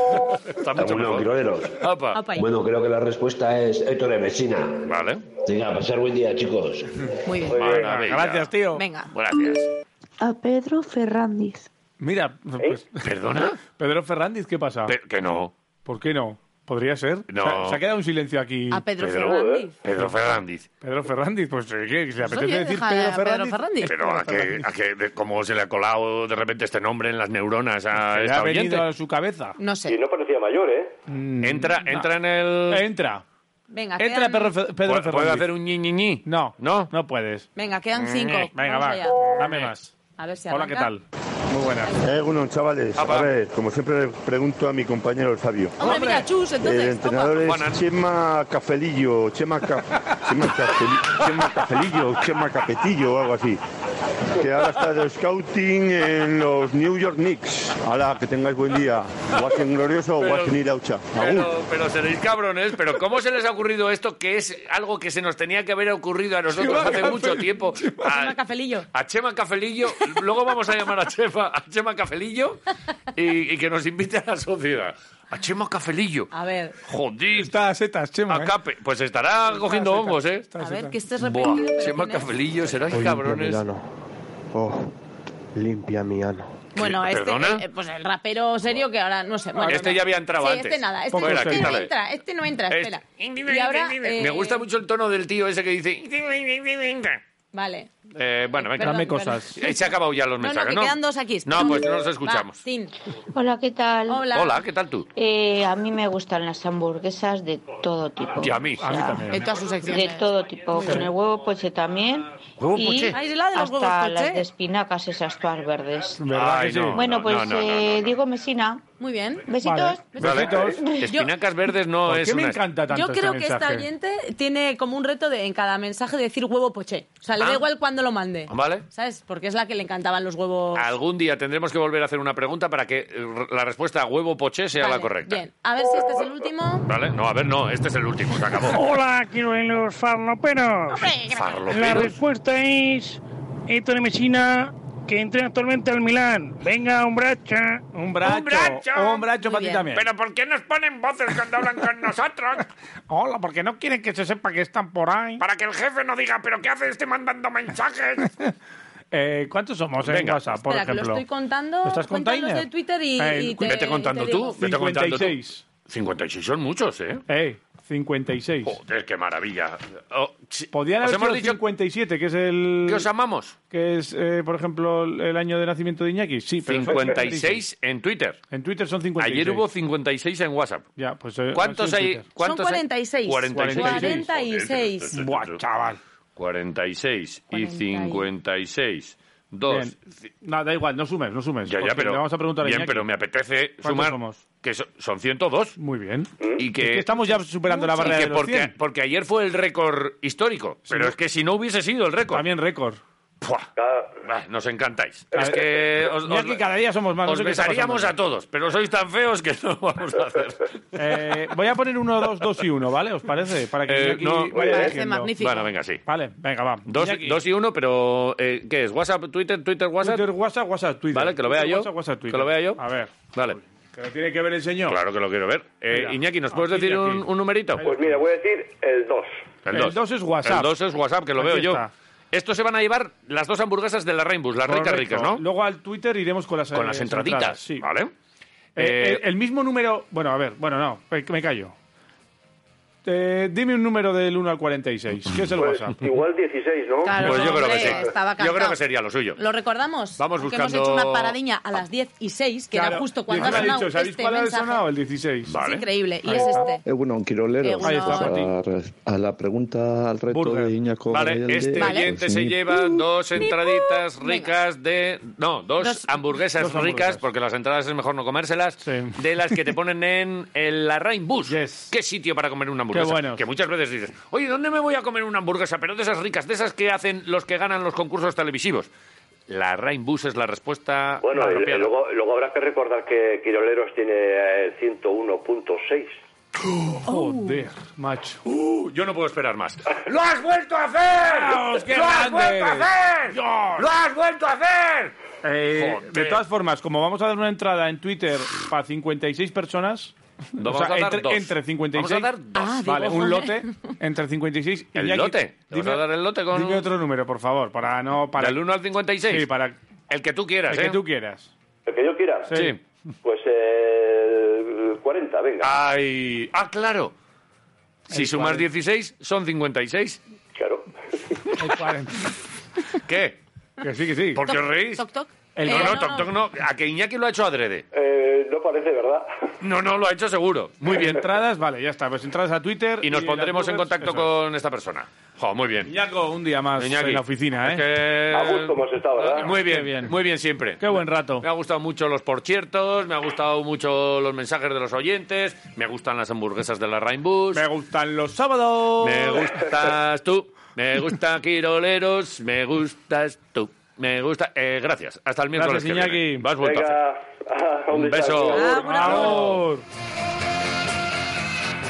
Speaker 4: Ah.
Speaker 31: Bueno, Quiroleros.
Speaker 7: Apa ahí.
Speaker 31: Bueno, creo que la respuesta es Héctor de Messina.
Speaker 3: Vale.
Speaker 31: Venga, pasar buen día, chicos.
Speaker 7: Muy bien.
Speaker 3: Maravilla.
Speaker 4: Gracias, tío.
Speaker 7: Venga.
Speaker 3: Gracias.
Speaker 11: A Pedro Ferrandiz.
Speaker 4: Mira, pues-
Speaker 3: ¿Perdona?
Speaker 4: Pedro Fernández, ¿qué pasa?
Speaker 3: Pe- que no.
Speaker 4: ¿Por qué no? ¿Podría ser?
Speaker 3: No.
Speaker 4: Se ha- Se ha quedado un silencio aquí.
Speaker 7: A Pedro Pedro,
Speaker 4: ¿eh?
Speaker 7: Fernández.
Speaker 3: Pedro Fernández.
Speaker 4: Pedro Fernández, pues eh, ¿qué? Si le
Speaker 7: Pues
Speaker 4: apetece
Speaker 7: oye,
Speaker 4: decir
Speaker 7: deja
Speaker 4: Pedro
Speaker 7: a Pedro
Speaker 4: Fernández.
Speaker 7: Fernández.
Speaker 3: Pero a que, a que de- cómo se le ha colado de repente este nombre en las neuronas a
Speaker 4: Le
Speaker 3: esta
Speaker 4: ha venido
Speaker 3: oyente?
Speaker 4: a su cabeza.
Speaker 7: No sé.
Speaker 31: no parecía mayor, ¿eh?
Speaker 3: Entra, entra en el.
Speaker 4: Entra.
Speaker 7: Venga,
Speaker 4: Entra
Speaker 7: quedan,
Speaker 4: Pedro, Fe- Pedro
Speaker 3: ¿Puedo-
Speaker 4: Fernández.
Speaker 3: puedo hacer un ñi ñi ñi?
Speaker 4: No. No. No puedes.
Speaker 7: venga, quedan cinco.
Speaker 4: Mm, Venga,
Speaker 7: Vamos
Speaker 4: va.
Speaker 7: allá.
Speaker 4: Dame más.
Speaker 7: A ver si
Speaker 4: Hola,
Speaker 7: arranca.
Speaker 4: ¿qué tal? Muy buenas.
Speaker 11: Egunon, Eh, chavales.
Speaker 4: Apa.
Speaker 11: A ver, como siempre le pregunto a mi compañero el Fabio.
Speaker 7: Hombre, mira, chus, entonces.
Speaker 11: el entrenador
Speaker 7: Opa.
Speaker 11: es Chema Cafelillo, Chema, Ca- Chema, Cafeli- Chema Cafelillo, Chema Capetillo o algo así. Que ahora está de scouting en los New York Knicks. Hala, que tengáis buen día. Guasen glorioso,
Speaker 3: Pero-
Speaker 11: guasen iraucha. Agur.
Speaker 3: Pero, pero seréis cabrones, pero ¿cómo se les ha ocurrido esto que es algo que se nos tenía que haber ocurrido a nosotros
Speaker 7: Chema
Speaker 3: hace
Speaker 7: Cafe-
Speaker 3: mucho tiempo? Ah,
Speaker 7: Toma
Speaker 3: A,
Speaker 7: cafelillo.
Speaker 3: a Chema Cafelillo, luego vamos a llamar a Chema, a Chema Cafelillo y, y que nos invite a la sociedad. A Chema Cafelillo.
Speaker 7: A ver.
Speaker 3: Joder.
Speaker 4: Está a setas, Chema. ¿eh?
Speaker 3: A Cape. Pues estará cogiendo
Speaker 7: a setas,
Speaker 3: hongos, ¿eh?
Speaker 7: A ver, que este estés
Speaker 3: Buah,
Speaker 7: repetido.
Speaker 3: Chema Cafelillo, serán cabrones.
Speaker 5: Oh, limpia mi ano.
Speaker 7: Bueno, este,
Speaker 3: ¿Perdona?
Speaker 7: eh, pues el rapero serio que ahora no sé. bueno,
Speaker 3: Este
Speaker 7: no.
Speaker 3: ya había entrado
Speaker 7: Sí,
Speaker 3: antes.
Speaker 7: Este nada, este,
Speaker 3: Poco
Speaker 7: este
Speaker 3: serio.
Speaker 7: no entra, este no entra,
Speaker 3: Este.
Speaker 7: espera. Y ahora, eh,
Speaker 3: Me gusta mucho el tono del tío ese que dice.
Speaker 7: Vale.
Speaker 3: eh, bueno, venga.
Speaker 7: Dame cosas.
Speaker 3: Eh, Se ha acabado ya
Speaker 7: No,
Speaker 3: los
Speaker 7: no,
Speaker 3: mensajes,
Speaker 7: que
Speaker 3: ¿no?
Speaker 7: quedan dos aquí.
Speaker 3: No, pues no los escuchamos.
Speaker 23: Hola, ¿qué tal?
Speaker 3: Hola. ¿qué tal tú?
Speaker 23: Eh, a mí me gustan las hamburguesas de todo tipo.
Speaker 3: Y a mí.
Speaker 23: O sea,
Speaker 3: A mí también. En todas sus
Speaker 23: De
Speaker 3: secciones.
Speaker 23: todo tipo. Con el huevo poche también.
Speaker 3: ¿Huevo
Speaker 23: y
Speaker 3: poché?
Speaker 23: Hasta
Speaker 3: Ay, Ah, la de los huevos poché.
Speaker 23: las de espinacas, esas todas verdes.
Speaker 3: ¿Verdad Ay, que sí? no,
Speaker 23: bueno,
Speaker 3: no,
Speaker 23: pues
Speaker 3: no, no,
Speaker 23: eh, Diego Mesina.
Speaker 7: Muy bien.
Speaker 23: Besitos.
Speaker 3: Vale. Espinacas verdes no
Speaker 4: ¿Por qué
Speaker 3: es
Speaker 4: me
Speaker 3: una-
Speaker 4: encanta tanto
Speaker 7: Yo
Speaker 4: este
Speaker 7: creo que esta
Speaker 4: mensaje?
Speaker 7: oyente tiene como un reto de en cada mensaje decir huevo poché. O sea, le da
Speaker 3: Ah.
Speaker 7: igual cuando lo mande.
Speaker 3: Vale.
Speaker 7: ¿Sabes? Porque es la que le encantaban los huevos.
Speaker 3: Algún día tendremos que volver a hacer una pregunta para que eh, la respuesta a huevo poché sea la
Speaker 7: Vale,
Speaker 3: correcta.
Speaker 7: Bien. A ver si este es el último.
Speaker 3: ¿Vale? No, a ver, no, este es el último, se acabó.
Speaker 12: Hola, quiroleros farloperos. La
Speaker 3: Farloperos.
Speaker 12: respuesta es Héctor Mesina, que entrena actualmente al Milán. Venga, un bracho. Un
Speaker 4: bracho, Un bracho. un bracho Muy para ti bien. también.
Speaker 12: Pero ¿por qué nos ponen voces cuando hablan con nosotros?
Speaker 4: Hola, porque no quieren que se sepa que están por ahí.
Speaker 12: Para que el jefe no diga, ¿pero qué hace este mandando mensajes?
Speaker 4: Eh, ¿cuántos somos en
Speaker 3: Venga.
Speaker 4: WhatsApp, por
Speaker 7: Espera, que lo
Speaker 4: ejemplo?
Speaker 7: estoy contando.
Speaker 4: ¿Lo estás
Speaker 7: Cuéntalos
Speaker 4: contando?
Speaker 7: de Twitter y,
Speaker 4: Eh,
Speaker 7: y te,
Speaker 3: vete contando
Speaker 7: y te
Speaker 3: tú,
Speaker 7: digo.
Speaker 3: vete contando tú.
Speaker 4: 56.
Speaker 3: 56 son muchos, ¿eh?
Speaker 4: Eh, 56.
Speaker 3: Joder, qué maravilla. Oh, sí.
Speaker 4: Podían
Speaker 3: Os
Speaker 4: haber
Speaker 3: hemos
Speaker 4: sido
Speaker 3: dicho
Speaker 4: 57, que es el...
Speaker 3: que os amamos.
Speaker 4: Que es, eh, por ejemplo, el año de nacimiento de Iñaki. Sí, pero...
Speaker 3: 56 en Twitter.
Speaker 4: En Twitter son 56.
Speaker 3: Ayer hubo 56 en Whatsap.
Speaker 4: Ya, pues... eh,
Speaker 3: ¿Cuántos
Speaker 4: así en
Speaker 3: hay?
Speaker 4: Twitter.
Speaker 3: ¿Cuántos
Speaker 7: Son
Speaker 3: hay?
Speaker 7: 46.
Speaker 3: 46.
Speaker 7: 46.
Speaker 3: Buah, chaval. 46 y 56.
Speaker 4: Bien.
Speaker 3: 2.
Speaker 4: No, da igual, no sumes, no sumes.
Speaker 3: Ya, ya,
Speaker 4: porque
Speaker 3: pero.
Speaker 4: le vamos a preguntar a
Speaker 3: bien,
Speaker 4: Iñaki.
Speaker 3: pero me apetece
Speaker 4: ¿Cuántos
Speaker 3: sumar.
Speaker 4: somos?
Speaker 3: Que so- son 102.
Speaker 4: Muy bien.
Speaker 3: Y
Speaker 4: Es
Speaker 3: que.
Speaker 4: que estamos ya superando la
Speaker 3: y
Speaker 4: barrera
Speaker 3: Eh, que
Speaker 4: de los
Speaker 3: porque,
Speaker 4: 100.
Speaker 3: porque ayer fue el récord histórico. pero es que si no hubiese sido el récord.
Speaker 4: También récord.
Speaker 3: ¡Buah! Bah, Nos encantáis. Es que os,
Speaker 4: Mira
Speaker 3: os-
Speaker 4: que eh, cada día somos más. no
Speaker 3: os
Speaker 4: sé qué está
Speaker 3: besaríamos a
Speaker 4: pasando.
Speaker 3: todos, pero sois tan feos que no lo vamos a hacer.
Speaker 4: Eh, voy a poner uno, dos, dos y uno, ¿vale? ¿Os parece? Para que
Speaker 3: Eh,
Speaker 4: Iñaki
Speaker 3: no,
Speaker 4: vaya
Speaker 3: eh,
Speaker 4: eligiendo.
Speaker 3: Bueno, venga, sí.
Speaker 4: Vale, venga, va.
Speaker 3: Dos,
Speaker 4: Iñaki.
Speaker 3: dos y uno, pero eh, ¿qué es? ¿WhatsApp, Twitter, Twitter, WhatsApp?
Speaker 4: Twitter, WhatsApp, WhatsApp, Twitter.
Speaker 3: Vale, que lo vea
Speaker 4: Twitter,
Speaker 3: yo.
Speaker 4: WhatsApp, WhatsApp, Twitter.
Speaker 3: Que lo vea yo.
Speaker 4: A ver.
Speaker 3: Vale.
Speaker 4: Que lo tiene que ver el señor.
Speaker 3: Claro que lo quiero ver. Eh,
Speaker 4: Mira,
Speaker 3: Iñaki, ¿nos puedes
Speaker 4: aquí,
Speaker 3: decir
Speaker 4: aquí.
Speaker 3: un, un numerito?
Speaker 4: Pues
Speaker 10: mira, voy a decir el 2.
Speaker 3: El
Speaker 4: El
Speaker 3: 2.
Speaker 4: dos es WhatsApp.
Speaker 3: El 2 es WhatsApp, que lo
Speaker 4: Aquí
Speaker 3: veo yo.
Speaker 4: está.
Speaker 3: Estos se van a llevar las dos hamburguesas de la Rainbow, las ricas,
Speaker 4: Correcto.
Speaker 3: ricas, ¿no?
Speaker 4: Luego al Twitter iremos con las
Speaker 3: Con
Speaker 4: eh,
Speaker 3: las entraditas,
Speaker 4: entradas, Sí.
Speaker 3: ¿vale?
Speaker 4: Eh,
Speaker 3: Eh,
Speaker 4: el, el mismo número. Bueno, a ver, bueno, no, eh, que me callo. Eh, dime un número del 1 al 46. ¿Qué es el WhatsApp?
Speaker 10: Pues Igual 16, ¿no?
Speaker 7: Claro,
Speaker 3: pues yo creo que
Speaker 7: hombre,
Speaker 3: sí.
Speaker 7: estaba
Speaker 3: Yo creo
Speaker 7: cantado.
Speaker 3: que sería lo suyo.
Speaker 7: ¿Lo recordamos?
Speaker 3: Vamos
Speaker 7: Porque
Speaker 3: buscando- Ah.
Speaker 7: hemos hecho una paradiña a las 10 y 6, que era
Speaker 4: Claro,
Speaker 7: justo cuando ha
Speaker 4: dieciséis.
Speaker 7: sonado
Speaker 4: ¿Sabéis
Speaker 7: este
Speaker 4: cuál ha
Speaker 7: mensaje.
Speaker 4: sonado? El 16.
Speaker 7: Es increíble. Y es este.
Speaker 13: Egunon, Quiroleros.
Speaker 7: Egunon. Ahí está,
Speaker 13: Pues a, res- a la pregunta, al reto de Iñaco
Speaker 3: Vale,
Speaker 13: Garayalde,
Speaker 3: este
Speaker 13: pues
Speaker 3: oyente
Speaker 13: sí.
Speaker 3: se lleva
Speaker 4: Uh,
Speaker 3: dos entraditas ricas de... No, dos,
Speaker 13: Dos-
Speaker 3: hamburguesas
Speaker 13: dos
Speaker 3: ricas, porque las entradas es mejor no comérselas, de las que te ponen en, el la Rainbus. ¿Qué sitio para comer una hamburguesa?
Speaker 4: Qué buenos.
Speaker 3: Que muchas veces dices, oye, ¿dónde me voy a comer una hamburguesa? Pero de esas ricas, de esas que hacen los que ganan los concursos televisivos. La Rainbus es la respuesta
Speaker 10: Bueno, y-
Speaker 3: apropiada.
Speaker 10: y luego, luego habrá que recordar que Quiroleros tiene eh, 101.6.
Speaker 4: Joder, macho.
Speaker 3: Uh, yo no puedo esperar más.
Speaker 12: ¡Lo has vuelto a hacer!
Speaker 4: qué
Speaker 12: ¡Lo has
Speaker 4: grande
Speaker 12: vuelto a
Speaker 4: eres!
Speaker 12: hacer! ¡Lo has vuelto a hacer!
Speaker 4: Eh,
Speaker 12: Joder.
Speaker 4: de todas formas, como vamos a dar una entrada en Twitter para 56 personas.
Speaker 3: Vamos a dar
Speaker 4: entre,
Speaker 3: dos.
Speaker 4: entre 56.
Speaker 3: Vamos a dar dos. Ah, digo,
Speaker 4: vale, un
Speaker 3: joder.
Speaker 4: lote entre 56.
Speaker 3: ¿El
Speaker 4: Iñaki,
Speaker 3: lote? ¿Le vas a dar el lote con-
Speaker 4: Dime otro número, por favor, para no... Para,
Speaker 3: ¿Del 1 al 56?
Speaker 4: Sí, para...
Speaker 3: El que tú quieras,
Speaker 4: El que
Speaker 3: ¿eh?
Speaker 4: tú quieras.
Speaker 10: El que yo quiera.
Speaker 4: Sí. Sí.
Speaker 10: Pues eh, el 40, venga.
Speaker 3: Ay, ah, claro. Si
Speaker 10: El
Speaker 3: sumas
Speaker 10: cuarenta.
Speaker 3: 16, son 56.
Speaker 10: Claro.
Speaker 3: ¿Qué?
Speaker 4: Que sí, que sí.
Speaker 3: ¿Por qué os reís?
Speaker 7: Toc, toc.
Speaker 3: El-
Speaker 7: Eh,
Speaker 3: no, no, toc, toc, no. A que Iñaki lo ha hecho adrede.
Speaker 10: Eh, no parece verdad.
Speaker 3: No, no, lo ha hecho seguro. Muy bien.
Speaker 4: Entradas, vale, ya está. Pues entradas a Twitter.
Speaker 3: Y nos
Speaker 4: las
Speaker 3: pondremos en
Speaker 4: nubes,
Speaker 3: contacto
Speaker 4: eso
Speaker 3: con esta persona. Jo, muy bien.
Speaker 4: Iñaco, un día más
Speaker 3: Iñaki.
Speaker 4: en la oficina, ¿eh?
Speaker 3: Que-
Speaker 4: A gusto hemos estado, ¿verdad?
Speaker 3: Muy bien,
Speaker 4: Qué bien.
Speaker 3: muy bien siempre.
Speaker 4: Qué buen rato.
Speaker 3: Me ha gustado mucho los porchiertos, me ha gustado mucho los mensajes de los oyentes, me gustan las hamburguesas de la Rainbus. Me
Speaker 4: gustan los sábados.
Speaker 3: Me gustas tú, me gusta Quiroleros, me gustas tú. Me gusta. eh, gracias. Hasta el miércoles.
Speaker 4: Gracias,
Speaker 3: que viene.
Speaker 4: Iñaki.
Speaker 3: Vas vuelto a hacer.
Speaker 7: Ah,
Speaker 10: Venga,
Speaker 3: Un beso.
Speaker 10: descanso.
Speaker 3: Agur.